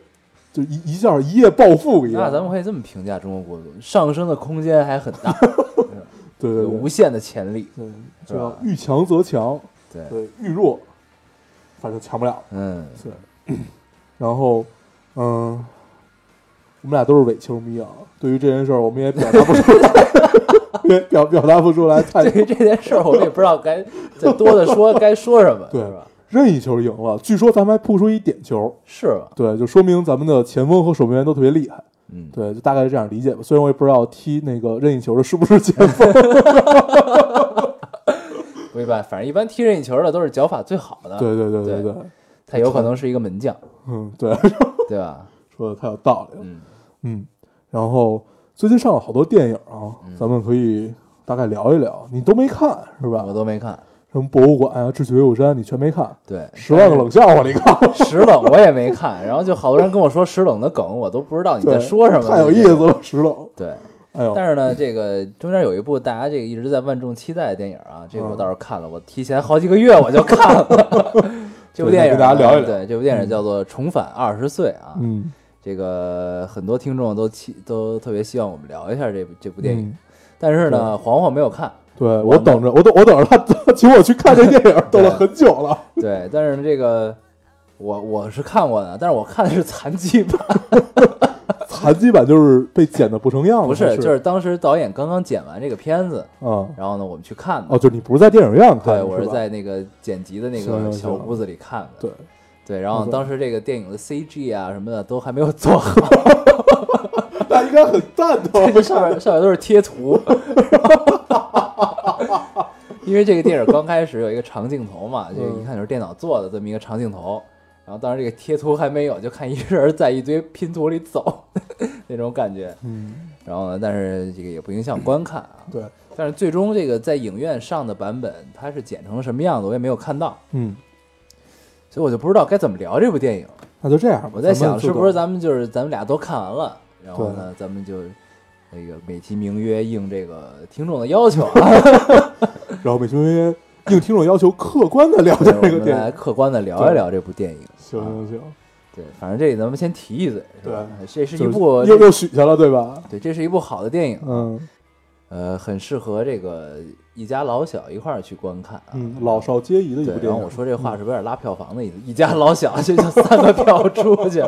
A: 就一一下一夜暴富一样，
B: 那咱们可以这么评价中国国足，上升的空间还很大，
A: 对对
B: 有
A: 对
B: 无限的潜力。
A: 对，
B: 是
A: 就要
B: 吧
A: 遇强则强，
B: 对，
A: 对，遇弱反正强不了。
B: 嗯， [laughs]
A: 对，然后，嗯，我们俩都是伪球迷啊，对于这件事儿，我们也表达不出来， [laughs] 也表表达不出来太
B: 对于这件事儿，我们也不知道
A: [laughs]
B: 该再多的说该说什么，
A: 对
B: 是吧？
A: 任意球赢了，据说咱们还扑出一点球，
B: 是吧？
A: 对，就说明咱们的前锋和守门员都特别厉害。
B: 嗯，
A: 对，就大概这样理解吧。虽然我也不知道踢那个任意球的是不是前
B: [laughs]
A: 锋，
B: 不一般，反正一般踢任意球的都是脚法最好的，
A: 对对对对
B: 对
A: 对，
B: 他有可能是一个门将，
A: 嗯，对， [laughs]
B: 对吧？
A: 说的太有道理了。
B: 嗯，
A: 嗯，然后最近上了好多电影啊，
B: 嗯
A: 咱们可以大概聊一聊。你都没看是吧
B: 我？都没看，
A: 什么博物馆啊，《智取威虎山》，你全没看，
B: 对，
A: 《十万个冷笑话》你看了？
B: 石冷我也没看，然后就好多人跟我说石冷的梗，我都不知道你在
A: 对，
B: 说什么，
A: 太有意思。了，石冷。
B: 对，
A: 哎呦，
B: 但是呢，这个中间有一部大家这个一直在万众期待的电影啊，
A: 嗯
B: 这个我倒是看了，我提前好几个月我就看
A: [laughs]
B: 了。这部电影呢啊
A: 对跟大家聊一聊
B: 对，这部电影叫做《重返二十岁》啊，
A: 嗯，
B: 这个很多听众都期都特别希望我们聊一下这部这部电影，
A: 嗯
B: 但是呢，黄黄没有看，
A: 对
B: 我
A: 我等着，我等我等着他他请我去看这电
B: [laughs]
A: 影，等了很久了。
B: 对， [laughs] 但是这个我我是看过的，但是我看的是残疾
A: [laughs]
B: 版，
A: 哦残疾版就是被剪的不成样了，
B: 不
A: 是
B: 是，就是当时导演刚刚剪完这个片子，
A: 啊，
B: 然后呢，我们去看的，
A: 哦，就是你不是在电影院看
B: 对
A: 的，
B: 我
A: 是
B: 是
A: 吧
B: 在那个剪辑的那
A: 行
B: 个
A: 行
B: 小
A: 行
B: 屋子里看的，
A: 对， [laughs]
B: 对，然后
A: 没错
B: 当时这个电影的 CG 啊什么的都还没有做好，
A: 那应该很赞同，
B: [laughs] 上面上面都是贴图。 [laughs] 因为这个电影刚开始有一个长镜头嘛，就一看就是电脑做的这么一个长镜头，然后当时这个贴图还没有，就看一个人在一堆拼图里走 [laughs] 那种感觉。
A: [laughs] 嗯，
B: 然后呢，但是这个也不影响观看啊。
A: 对，
B: 但是最终这个在影院上的版本，它是剪成什么样子，我也没有看到，
A: 嗯，
B: 所以我就不知道该怎么聊这部电影。
A: 那就这样吧。
B: 我在
A: 咱
B: 想，
A: 们
B: 是
A: 就
B: 不是
A: 等
B: 咱们就是咱们俩都看完了，然后呢，咱们就那个美其名曰应这个听众的要求啊，
A: [laughs] 然后美其名曰应听众要求客观的了解
B: 对我
A: 这个
B: 们
A: 电
B: 来
A: 影？
B: 客观的聊一聊这部电影。
A: 行行行，
B: 对，反正这里咱们先提一嘴，是吧？这是一
A: 就是
B: 部
A: 又又许下了，对吧？
B: 对，这是一部好的电影，
A: 嗯
B: 呃，很适合这个一家老小一块儿去观看啊。
A: 嗯，老少皆宜的一
B: 对
A: 部，电
B: 然后
A: 影。嗯
B: 我说这话是不是有点拉票房的意思？一家老小这就三个票出去， [laughs]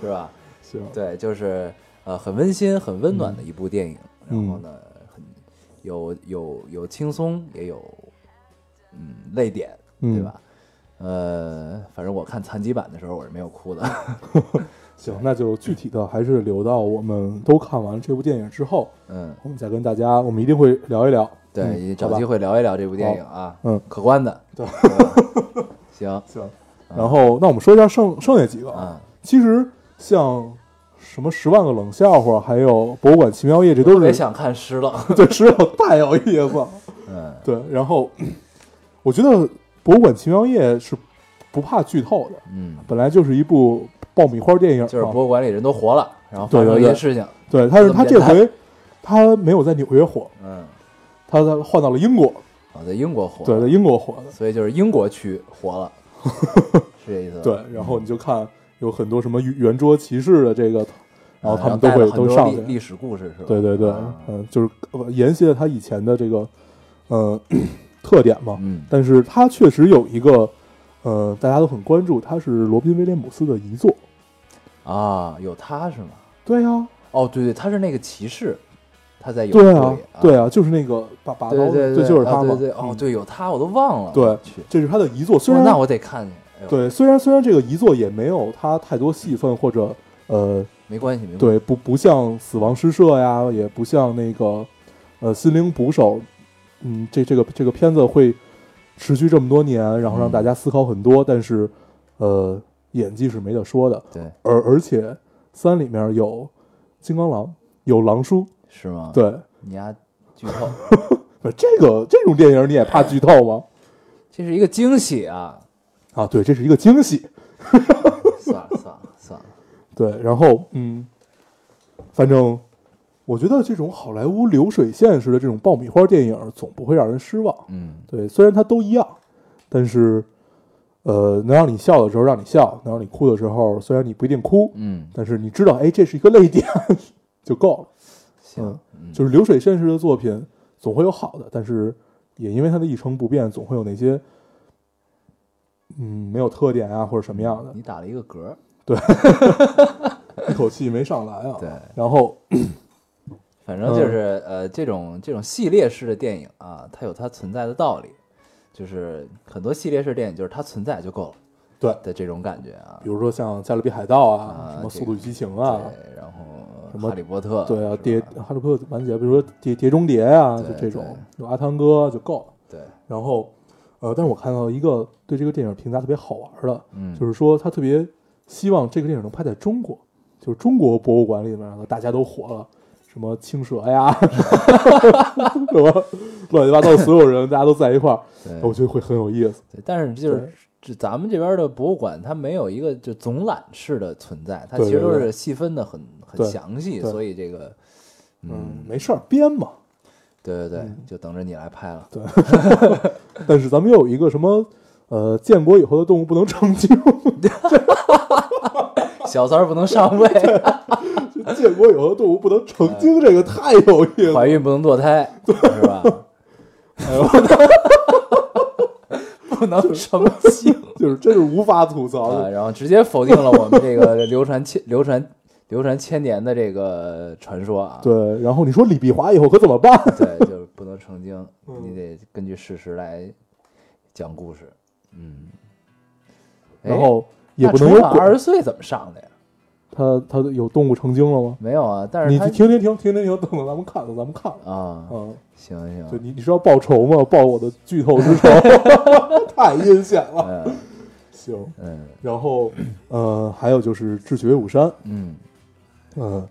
B: 是吧？
A: 行，
B: 对，就是呃很温馨、很温暖的一部电影。然后
A: 嗯
B: 呢，很有有有轻松，也有嗯泪点，对
A: 嗯
B: 吧？呃，反正我看残疾版的时候我是没有哭的。 [laughs]
A: 行，那就具体的还是留到我们都看完这部电影之后，
B: 嗯，
A: 我们再跟大家，我们一定会聊一聊。嗯
B: 对，
A: 好
B: 找
A: 吧
B: 机会聊一聊这部电影啊，
A: 嗯
B: 客观的，
A: 对
B: 吧行，
A: 行。然后，那我们说一下剩剩下几个啊。 [laughs]
B: 嗯，
A: 其实像什么十万个冷笑话，还有博物馆奇妙夜，这
B: 特
A: 都
B: 别
A: 是
B: 想看失了，
A: [laughs]
B: [laughs]
A: 对，实有太有意思了。
B: 嗯，
A: 对，然后我觉得《博物馆奇妙夜》是不怕剧透的，
B: 嗯，
A: 本来就是一部爆米花电影嘛，
B: 就是博物馆里人都活了，然后发
A: 对
B: 生了
A: 对
B: 一些
A: 对
B: 事情，
A: 对，但
B: 这
A: 是
B: 么
A: 他这
B: 简单
A: 回他没有在纽约火，
B: 嗯，
A: 他在换到了英国，
B: 我在英国活，
A: 对，在英国火的，
B: 所以就是英国区活
A: [laughs]
B: 了，是这意思吧？
A: 对，然后你
B: 嗯
A: 就看有很多什么圆桌骑士的这个，然后
B: 啊
A: 他们都会
B: 带了很
A: 都
B: 多
A: 上
B: 历
A: 去，
B: 历史故事是吧？
A: 对对对
B: 啊，
A: 嗯，就是呃沿袭了他以前的这个呃 [clears throat] 特点嘛，
B: 嗯
A: 但是他确实有一个。呃，大家都很关注，他是罗宾威廉姆斯的遗作。
B: 啊，有他是吗？
A: 对呀、
B: 哦，对对，他是那个骑士，他在游戏
A: 对
B: 里
A: 啊，对啊，就是那个把把刀，
B: 对对
A: 对，就是
B: 啊
A: 他嘛。
B: 对对哦
A: 嗯，
B: 对，有他我都忘了，
A: 对
B: 我去，
A: 这是他的遗作。虽
B: 哇
A: 然
B: 那我得看去，哎呦，
A: 对，虽然虽然这个遗作也没有他太多戏份，或者呃，
B: 没关系没关系，
A: 对，不不像《死亡诗社》呀，也不像那个呃《心灵捕手》，嗯，这这个这个片子会持续这么多年，然后
B: 嗯
A: 让大家思考很多，但是呃，演技是没得说的。
B: 对
A: 而而且三里面有金刚狼有狼叔，
B: 是吗？，
A: 对，
B: 你丫剧透，
A: 不是这个这种电影你也怕剧透吗？
B: 这是一个惊喜
A: [laughs]
B: 啊！
A: 啊，对，这是一个惊喜，
B: 算了算了算了，
A: 对，然后嗯，反正我觉得这种好莱坞流水线式的这种爆米花电影总不会让人失望，
B: 嗯，
A: 对，虽然它都一样，但是呃，能让你笑的时候让你笑，能让你哭的时候虽然你不一定哭，
B: 嗯，
A: 但是你知道，哎，这是一个泪点就够了。
B: 行，嗯
A: 就是流水线式的作品总会有好的，但是也因为它的一成不变，总会有那些嗯没有特点啊或者什么样的，
B: 你打了一个嗝，
A: 一口气没上来啊。
B: 对，
A: 然后
B: 反正就是、
A: 嗯
B: 呃，这种这种系列式的电影啊，它有它存在的道理，就是很多系列式电影就是它存在就够了
A: 对，
B: 的这种感觉啊
A: 比。如说像《加勒比海盗》啊，
B: 啊
A: 什么《
B: 这
A: 速度与激情》啊，
B: 对，然后
A: 什
B: 《
A: 么
B: 哈利波特》
A: 对啊，
B: 是
A: 碟
B: 吧
A: 《哈利波特》完结，比如说《碟碟中谍》啊，就
B: 对
A: 这种有阿汤哥就够了。
B: 对，
A: 然后呃，但是我看到一个对这个电影评价特别好玩的，
B: 嗯，
A: 就是说他特别希望这个电影能拍在中国，就是中国博物馆里面，然后大家都火了，什么青蛇呀， [laughs] 什么乱七八糟，所有人大家都在一块儿，
B: 对
A: 我觉得会很有意思。
B: 对，但是就是
A: 对
B: 这咱们这边的博物馆，它没有一个就总览式的存在，它
A: 对
B: 其实
A: 对
B: 都
A: 对
B: 是细分的很很
A: 对
B: 详细，
A: 对
B: 所以这个，
A: 嗯
B: 嗯，，
A: 没事儿编嘛。
B: 对对对
A: 嗯，
B: 就等着你来拍了。
A: 但是咱们有一个什么呃，建国以后的动物不能成精，
B: 小三儿不能上位，
A: 就建国以后的动物不能成精，这个太有意思了
B: 怀。孕不能堕
A: [laughs]
B: 胎，是吧？
A: 哎
B: [laughs] 不能成
A: [laughs]
B: 精
A: 就是真是无法吐槽
B: 啊！
A: 的，
B: 然后直接否定了我们这个流传千流传流传千年的这个传说啊！
A: 对。然后你说李碧华以后可怎么办？
B: 对， [laughs] 就是不能成精，
A: 嗯
B: 你得根据事实来讲故事。嗯，哎
A: 然后也
B: 那
A: 不能
B: 重
A: 有
B: 返二
A: 鬼
B: 十。岁怎么上的呀？
A: 他他有动物成精了吗？
B: 没有啊，但
A: 你
B: 是
A: 停
B: 他
A: 停停停停停，等等，咱们看等咱们看了。
B: 啊，
A: 嗯，
B: 行
A: 对
B: 行，
A: 你你是要报仇吗？报我的剧透之仇，太阴险了。
B: 嗯
A: 行，
B: 嗯
A: 然后呃，还有就是《智取威虎山》，
B: 嗯，
A: 嗯，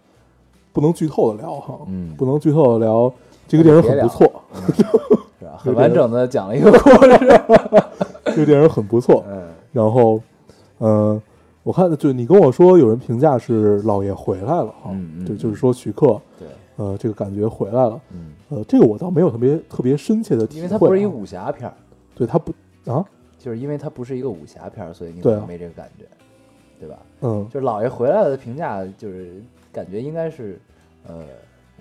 A: 不能剧透的聊哈，
B: 嗯
A: 不能剧透的聊。这个电影很不错，
B: 是吧？很完整的讲了一个故事。
A: [laughs] 这个电影很不错。
B: 嗯，
A: 然后，呃，我看就你跟我说，有人评价是老爷回来了哈，
B: 嗯嗯
A: 对，就是说徐克，
B: 对，
A: 呃，这个感觉回来了。
B: 嗯，
A: 呃，这个我倒没有特别特别深切的体
B: 因
A: 会啊，
B: 为它不是一武侠片儿，
A: 对他不啊，
B: 就是因为它不是一个武侠片儿，所以你可
A: 对啊
B: 能没这个感觉，对吧？
A: 嗯，
B: 就是老爷回来了的评价，就是感觉应该是，呃，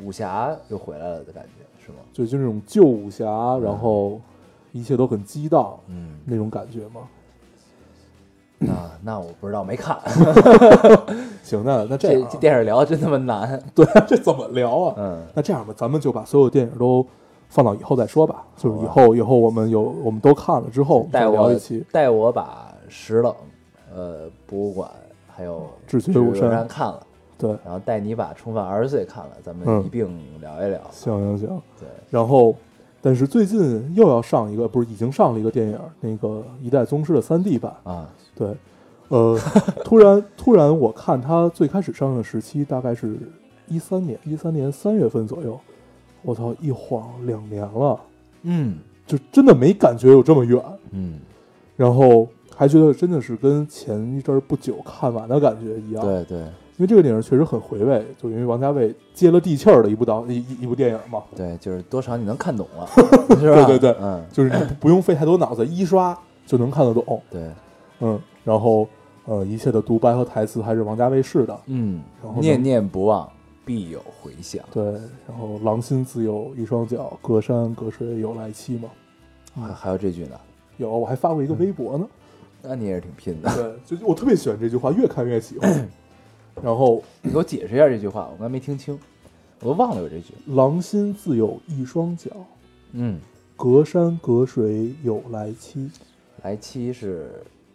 B: 武侠又回来了的感觉，是吗？
A: 就就那种旧武侠，然后一切都很激荡
B: 嗯，
A: 那种感觉嘛。嗯
B: 那啊那我不知道，没看
A: 行，那那 [laughs] 这
B: 这
A: 样啊
B: 这电影聊得真他妈难。
A: [laughs] 对这怎么聊啊？
B: 嗯，
A: 那这样吧，咱们就把所有电影都放到以后再说吧。就
B: 好
A: 是以
B: 啊
A: 后以后我们有我们都看了之后，
B: 哦带
A: 再聊
B: 我
A: 一期。
B: 带我把石冷、呃博物馆还有
A: 智取
B: 取
A: 威
B: 威
A: 虎
B: 虎
A: 山
B: 山看了，
A: 对，
B: 然后带你把《重返二十岁》看了，咱们
A: 嗯
B: 一并聊一聊。
A: 行行行。
B: 对，
A: 然后，但是最近又要上一个，不是已经上了一个电影，那个《一代宗师》的三 D 版。
B: 啊，
A: 对，
B: [laughs]
A: 呃，突然突然，我看它最开始上映的时期大概是一三年，一三年三月份左右。我操，一晃两年了，
B: 嗯
A: 就真的没感觉有这么远。
B: 嗯，
A: 然后还觉得真的是跟前一阵儿不久看完的感觉一样。，
B: 对对
A: 因为这个电影确实很回味，就因为王家卫接了地气儿的一部导一一一部电影嘛，
B: 对，就是多少你能看懂
A: [laughs]
B: 了，是吧？
A: 对对对
B: 嗯 [laughs]
A: 就是你不用费太多脑子，一刷就能看得懂。
B: 对，
A: 嗯，然后呃，一切的独白和台词还是王家卫式的。
B: 嗯
A: 然后，呢
B: 念念不忘，必有回响。
A: 对，然后狼心自有一双脚，隔山隔水有来期嘛。嗯
B: 还还有这句呢，
A: 有，我还发过一个
B: 嗯
A: 微博呢。
B: 那你也是挺拼的。
A: 对，就我特别喜欢这句话，越看越喜
B: [laughs]
A: 欢。然后
B: 你给我解释一下这句话，我刚才没听清，我都忘了有这句。
A: 狼心自有一双脚，
B: 嗯，
A: 隔山隔水有来期，
B: 来期是，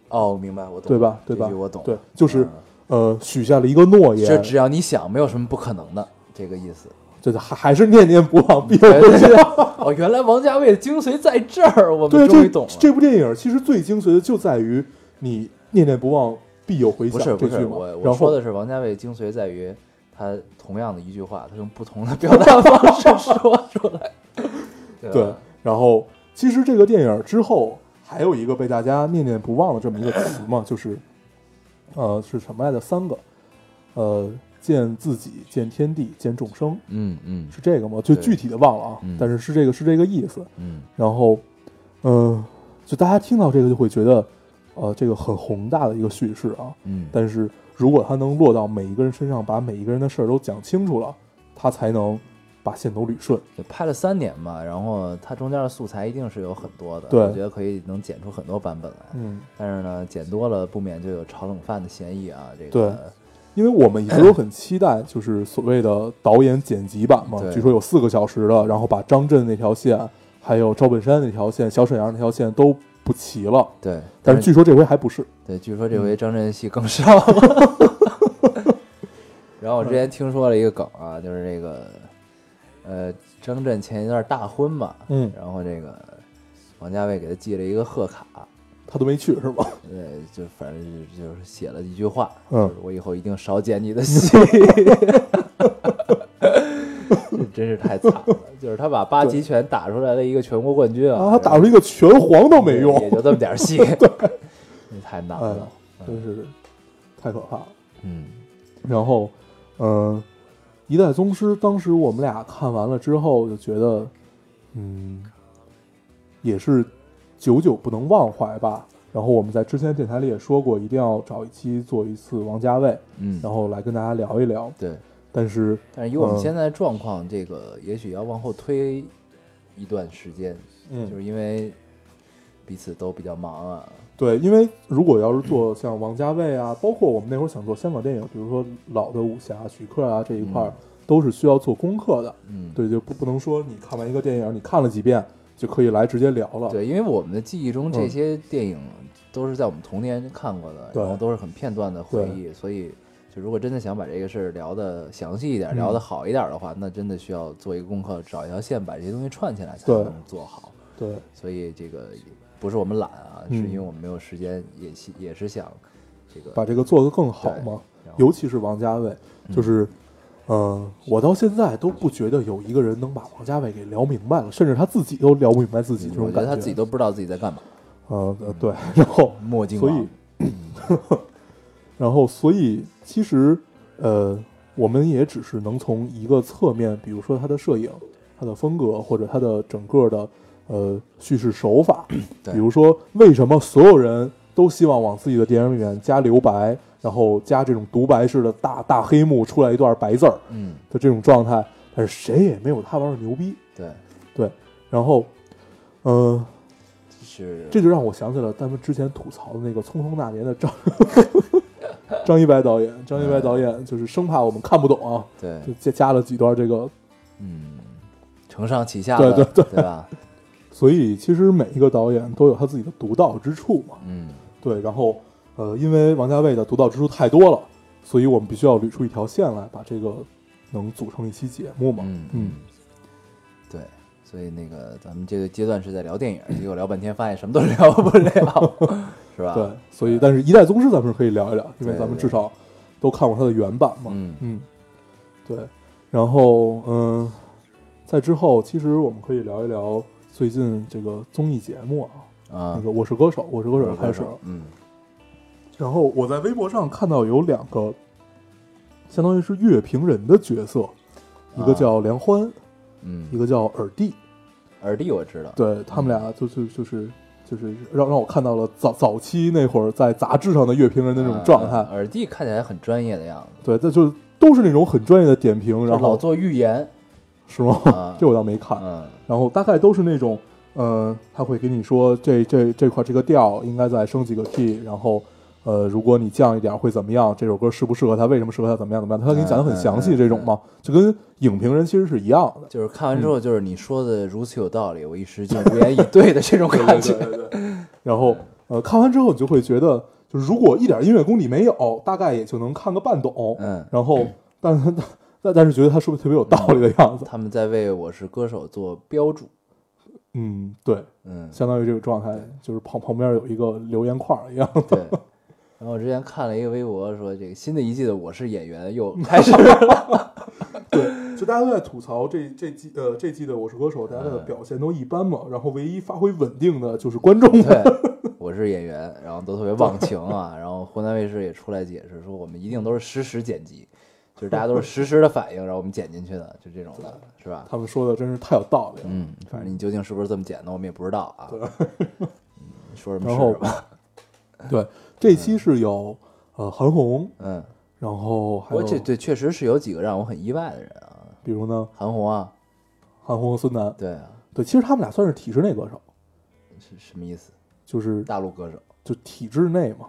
B: 哦，我明白，我懂了，
A: 对吧？对吧？
B: 这句我懂了，
A: 对，就是
B: 嗯
A: 呃，许下了一个诺
B: 这
A: 言，
B: 只要你想，没有什么不可能的，这个意思。
A: 这还还是念念不忘，必有
B: 嗯对
A: 回
B: 对对
A: 响。
B: 哦，原来王家卫的精髓在这儿，我
A: 对
B: 们
A: 啊，
B: 终于懂
A: 这
B: 了。
A: 这部电影其实最精髓的就在于你念念不忘，必有回
B: 不
A: 响
B: 是
A: 这
B: 不
A: 句
B: 是，
A: 嘛。
B: 我
A: 然
B: 我
A: 后
B: 说的是王家卫精髓在于他同样的一句话，他用不同的表达方
A: [laughs]
B: 式说出来，对
A: 对
B: 吧，
A: 然后其实这个电影之后还有一个被大家念念不忘的这么一个词嘛，就是，呃，是什么来着？三个，呃，见自己，见天地，见众生，
B: 嗯嗯
A: 是这个吗？就
B: 对
A: 具体的忘了啊，
B: 嗯
A: 但是是这个是这个意思。
B: 嗯，
A: 然后，呃，就大家听到这个就会觉得，呃，这个很宏大的一个叙事啊，
B: 嗯，
A: 但是如果他能落到每一个人身上，把每一个人的事儿都讲清楚了，他才能把线都捋顺。
B: 也拍了三年嘛，然后它中间的素材一定是有很多的，
A: 对
B: 我觉得可以能剪出很多版本来。
A: 嗯，
B: 但是呢，剪多了不免就有炒冷饭的嫌疑啊。这
A: 对
B: 个
A: 因为我们一直都很期待，就是所谓的导演剪辑版嘛
B: 对，
A: 据说有四个小时的，然后把张震那条线，还有赵本山那条线、小沈阳那条线都补齐了。
B: 对对，
A: 但是据嗯说这回还不是，
B: 对，据说这回张震戏更少 [laughs] 了。然后我之前听说了一个梗啊，就是这个，呃，张震前一段大婚嘛，
A: 嗯
B: 然后这个王家卫给他寄了一个贺卡，
A: 他都没去是吧？
B: 呃，就反正就就是写了一句话，
A: 嗯
B: 就是我以后一定少剪你的戏。 [laughs] 这真是太惨了，就是他把八极拳打出来了一个全国冠军啊，
A: 啊，他打出一个拳皇都没用
B: 也，就这么点儿
A: [laughs]
B: 戏，那太难
A: 哎
B: 了。，
A: 真是太可怕了。
B: 嗯
A: 然后，嗯，《一代宗师》当时我们俩看完了之后就觉得，嗯，也是久久不能忘怀吧。然后我们在之前电台里也说过，一定要找一期做一次王家卫，
B: 嗯，
A: 然后来跟大家聊一聊。
B: 对。
A: 但是，
B: 但是以我们
A: 嗯
B: 现在的状况，这个也许要往后推一段时间，
A: 嗯
B: 就是因为彼此都比较忙啊。
A: 对，因为如果要是做像王家卫啊，包括我们那会儿想做香港电影，比如说老的武侠、徐克啊这一块儿，
B: 嗯
A: 都是需要做功课的。
B: 嗯，
A: 对，就不不能说你看完一个电影，你看了几遍就可以来直接聊了。
B: 对，因为我们的记忆中这
A: 嗯
B: 些电影都是在我们童年看过的，
A: 对
B: 然后都是很片段的回忆，所以就如果真的想把这个事儿聊得详细一点，
A: 嗯
B: 聊得好一点的话，那真的需要做一个功课，找一条线把这些东西串起来才
A: 对
B: 能做好。
A: 对，
B: 所以这个不是我们懒啊，是
A: 嗯
B: 因为我们没有时间，也希也是想这个
A: 把这个做得更好嘛。
B: 然后嗯
A: 尤其是王家卫，就是，呃，我到现在都不觉得有一个人能把王家卫给聊明白了，甚至他自己都聊不明白自己这
B: 嗯我
A: 种
B: 觉
A: 感
B: 得他自己都不知道自己在干嘛。
A: 呃呃对，然后
B: 墨镜
A: 所
B: 王，
A: 以，然后所以其实呃，我们也只是能从一个侧面，比如说他的摄影、他的风格或者他的整个的呃叙事手法，
B: 对
A: 比如说为什么所有人都希望往自己的电影里面加留白，然后加这种独白式的大大黑幕出来一段白字儿
B: 嗯，
A: 的这种状态，但是谁也没有他玩的牛逼，
B: 对，
A: 对，然后。呃，
B: 就是
A: 这就让我想起了咱们之前吐槽的那个《匆匆那年》的张 [laughs] 张一白导演，张一白导演就是生怕我们看不懂啊，
B: 对，
A: 就加加了几段这个，
B: 嗯，承上启下
A: 对
B: 的，
A: 对
B: 对，吧？
A: 所以其实每一个导演都有他自己的独到之处嘛。
B: 嗯，
A: 对，然后呃，因为王家卫的独到之处太多了，所以我们必须要捋出一条线来，把这个能组成一期节目嘛。
B: 嗯
A: 嗯，
B: 对，所以那个咱们这个阶段是在聊电影，结果聊半天发现什么都聊不了， [laughs] 是吧？
A: 对，所以但是《一代宗师》咱们是可以聊一聊，因为
B: 嗯啊对
A: 咱们
B: 对
A: 至少都看过它的原版嘛。
B: 嗯
A: 嗯，对。然后嗯，在之后，其实我们可以聊一聊最近这个综艺节目啊，
B: 啊
A: 那，个《我是歌手》，《我是歌手》开
B: 开
A: 始了。
B: 嗯
A: 然后我在微博上看到有两个，相当于是乐评人的角色，一个
B: 啊
A: 叫梁欢，一
B: 嗯，
A: 个叫尔弟。
B: 耳弟我知道，
A: 对他们俩就就就是就是让让我看到了早早期那会儿在杂志上的乐评人的那种状态
B: 啊，耳弟看起来很专业的样子，
A: 对，这就都是那种很专业的点评，然
B: 就老
A: 后
B: 做预言，
A: 是吗？ [laughs]
B: 啊
A: 这我倒没看，
B: 嗯
A: 然后大概都是那种，呃，他会给你说这这这块这个调应该再升几个 key，然后呃，如果你降一点会怎么样？这首歌适不适合他？为什么适合他？怎么样怎么样？他给你讲的很详
B: 嗯嗯
A: 细，
B: 嗯
A: 这种嘛，就跟影评人其实是一样的。
B: 就是看完之后，就是你说的如此有道理，我一时竟无言以对的这种感觉。
A: 对对。然后呃，看完之后你就会觉得，就是如果一点音乐功底没有，大概也就能看个半懂。
B: 嗯，
A: 然后，但但但但是觉得他说的特别有道理的样子。
B: 他们在为《我是歌手》做标注。
A: 嗯，对，
B: 嗯，
A: 相当于这个状态就是旁旁边有一个留言块儿一样。
B: 对。然后我之前看了一个微博说，这个新的一季的《我是演员》又开始
A: 就大家都在吐槽这这季呃这季的《我是歌手》，大家
B: 嗯
A: 的表现都一般嘛，然后唯一发挥稳定的就是观众们。
B: [laughs] 对，我是演员，然后都特别忘情啊。然后湖南卫视也出来解释说，我们一定都是实时剪辑，就是大家都是实时的反应，然后我们剪进去的，就这种的，是吧？
A: [laughs] 他们说的真是太有道理了。
B: 嗯，反正你究竟是不是这么剪的，我们也不知道啊。嗯你
A: [laughs]
B: 说什么
A: 然后
B: 是吧？
A: 对，这期是有呃韩红，
B: 嗯，
A: 然
B: 不
A: 后还
B: 过
A: 有
B: 这对确实是有几个让我很意外的人啊，
A: 比如呢
B: 韩红啊，
A: 韩红和孙楠。
B: 对啊，
A: 对，其实他们俩算是体制内歌手，
B: 是什么意思？
A: 就是
B: 大陆歌手，
A: 就体制内嘛，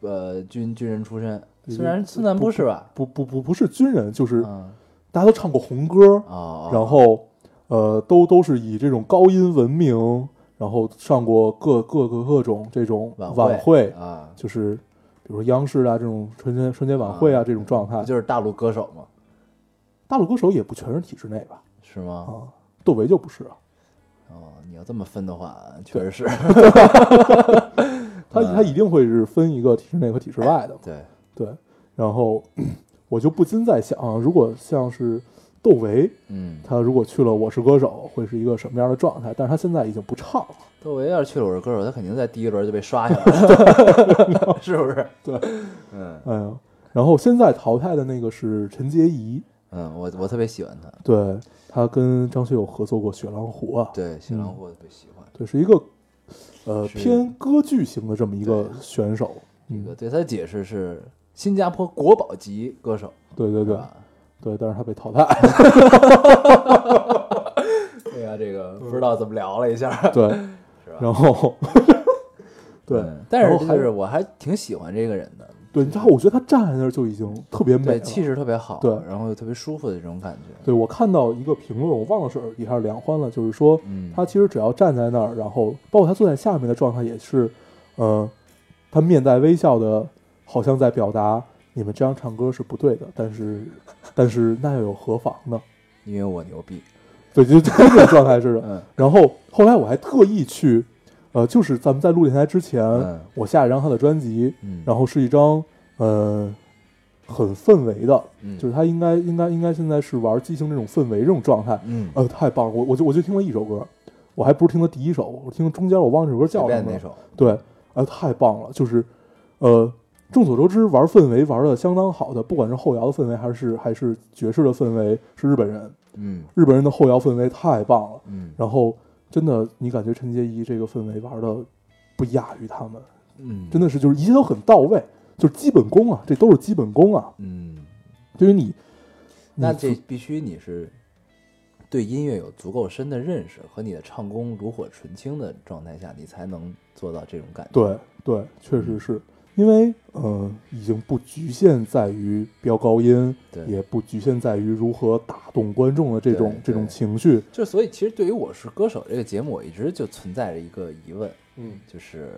B: 呃，军军人出身，
A: 嗯
B: 虽然孙楠不是吧？
A: 不不不不是军人，就是
B: 嗯，
A: 大家都唱过红歌，
B: 哦，
A: 然后呃都都是以这种高音闻名，然后上过各各个各种这种
B: 晚
A: 晚会，
B: 啊，
A: 就是比如说央视啊这种春节春节晚会啊这种状态
B: 不。就是大陆歌手吗？
A: 大陆歌手也不全是体制内吧？
B: 是吗？
A: 啊，窦唯就不是啊，
B: 哦，你要这么分的话，确实是，
A: 他他一定会是分一个体制内和体制外的嘛。
B: 对，
A: 对，然后 [clears throat] 我就不禁在想啊，如果像是窦唯，
B: 嗯，
A: 他如果去了《我是歌手》，会是一个什么样的状态？但是他现在已经不唱了。
B: 窦唯要是去了我是歌手，他肯定在第一轮就被刷下来
A: [laughs]
B: 了，是不是？
A: 对，
B: 嗯
A: 哎呀，然后现在淘汰的那个是陈洁仪，
B: 嗯，我我特别喜欢他，
A: 对他跟张学友合作过《雪狼湖》啊，
B: 对，新郎
A: 嗯
B: 我特别喜欢。
A: 对，是一个呃
B: 是
A: 偏歌剧型的这么一个选手。
B: 这个
A: 嗯，
B: 对他的解释是新加坡国宝级歌手，
A: 对对
B: 是
A: 对
B: 吧？
A: 对，但是他被淘汰。
B: 对哎呀，这个不知道怎么聊了一下，
A: [laughs] 对，
B: 是吧？
A: 然
B: [laughs]
A: 后对
B: 嗯，但
A: 然后
B: 是就
A: 还
B: 是我还挺喜欢这个人的，
A: 对，他我觉得他站在那儿就已经特别美
B: 对，
A: 了。
B: 气质特别好，
A: 对
B: 然后又特别舒服的这种感觉，
A: 对我看到一个评论，我忘了是耳迪还是梁欢了，就是说
B: 嗯
A: 他其实只要站在那儿，然后包括他坐在下面的状态也是，呃，他面带微笑的，好像在表达你们这样唱歌是不对的，但是但是那又有何妨呢？
B: 因为我牛逼，
A: 对，就就跟这种状态似的。
B: 嗯
A: 然后后来我还特意去，呃，就是咱们在录电台之前，
B: 嗯
A: 我下了一张他的专辑，
B: 嗯，
A: 然后是一张呃很氛围的，
B: 嗯
A: 就是他应该应该应该现在是玩激情这种氛围这种状态，
B: 嗯，
A: 呃，太棒了！我我就我就听了一首歌，我还不是听了第一首，我听中间我忘了这首歌
B: 随
A: 叫什
B: 便
A: 么
B: 那
A: 了。
B: 首，
A: 对，呃，太棒了！就是，呃，众所周知，玩氛围玩的相当好的，不管是后摇的氛围，还是还是爵士的氛围，是日本人。
B: 嗯
A: 日本人的后摇氛围太棒了。
B: 嗯
A: 然后，真的，你感觉陈洁仪这个氛围玩的不亚于他们，
B: 嗯，
A: 真的是就是一切都很到位，就是基本功啊，这都是基本功啊。
B: 嗯，
A: 对于你，
B: 那
A: 你
B: 这必须你是对音乐有足够深的认识和你的唱功炉火纯青的状态下，你才能做到这种感觉。
A: 对对，确实是因为呃，已经不局限在于飙高音，
B: 对
A: 也不局限在于如何打动观众的这种
B: 对
A: 这种
B: 对
A: 情绪。
B: 就所以，其实对于《我是歌手》这个节目，我一直就存在着一个疑问，
A: 嗯，
B: 就是，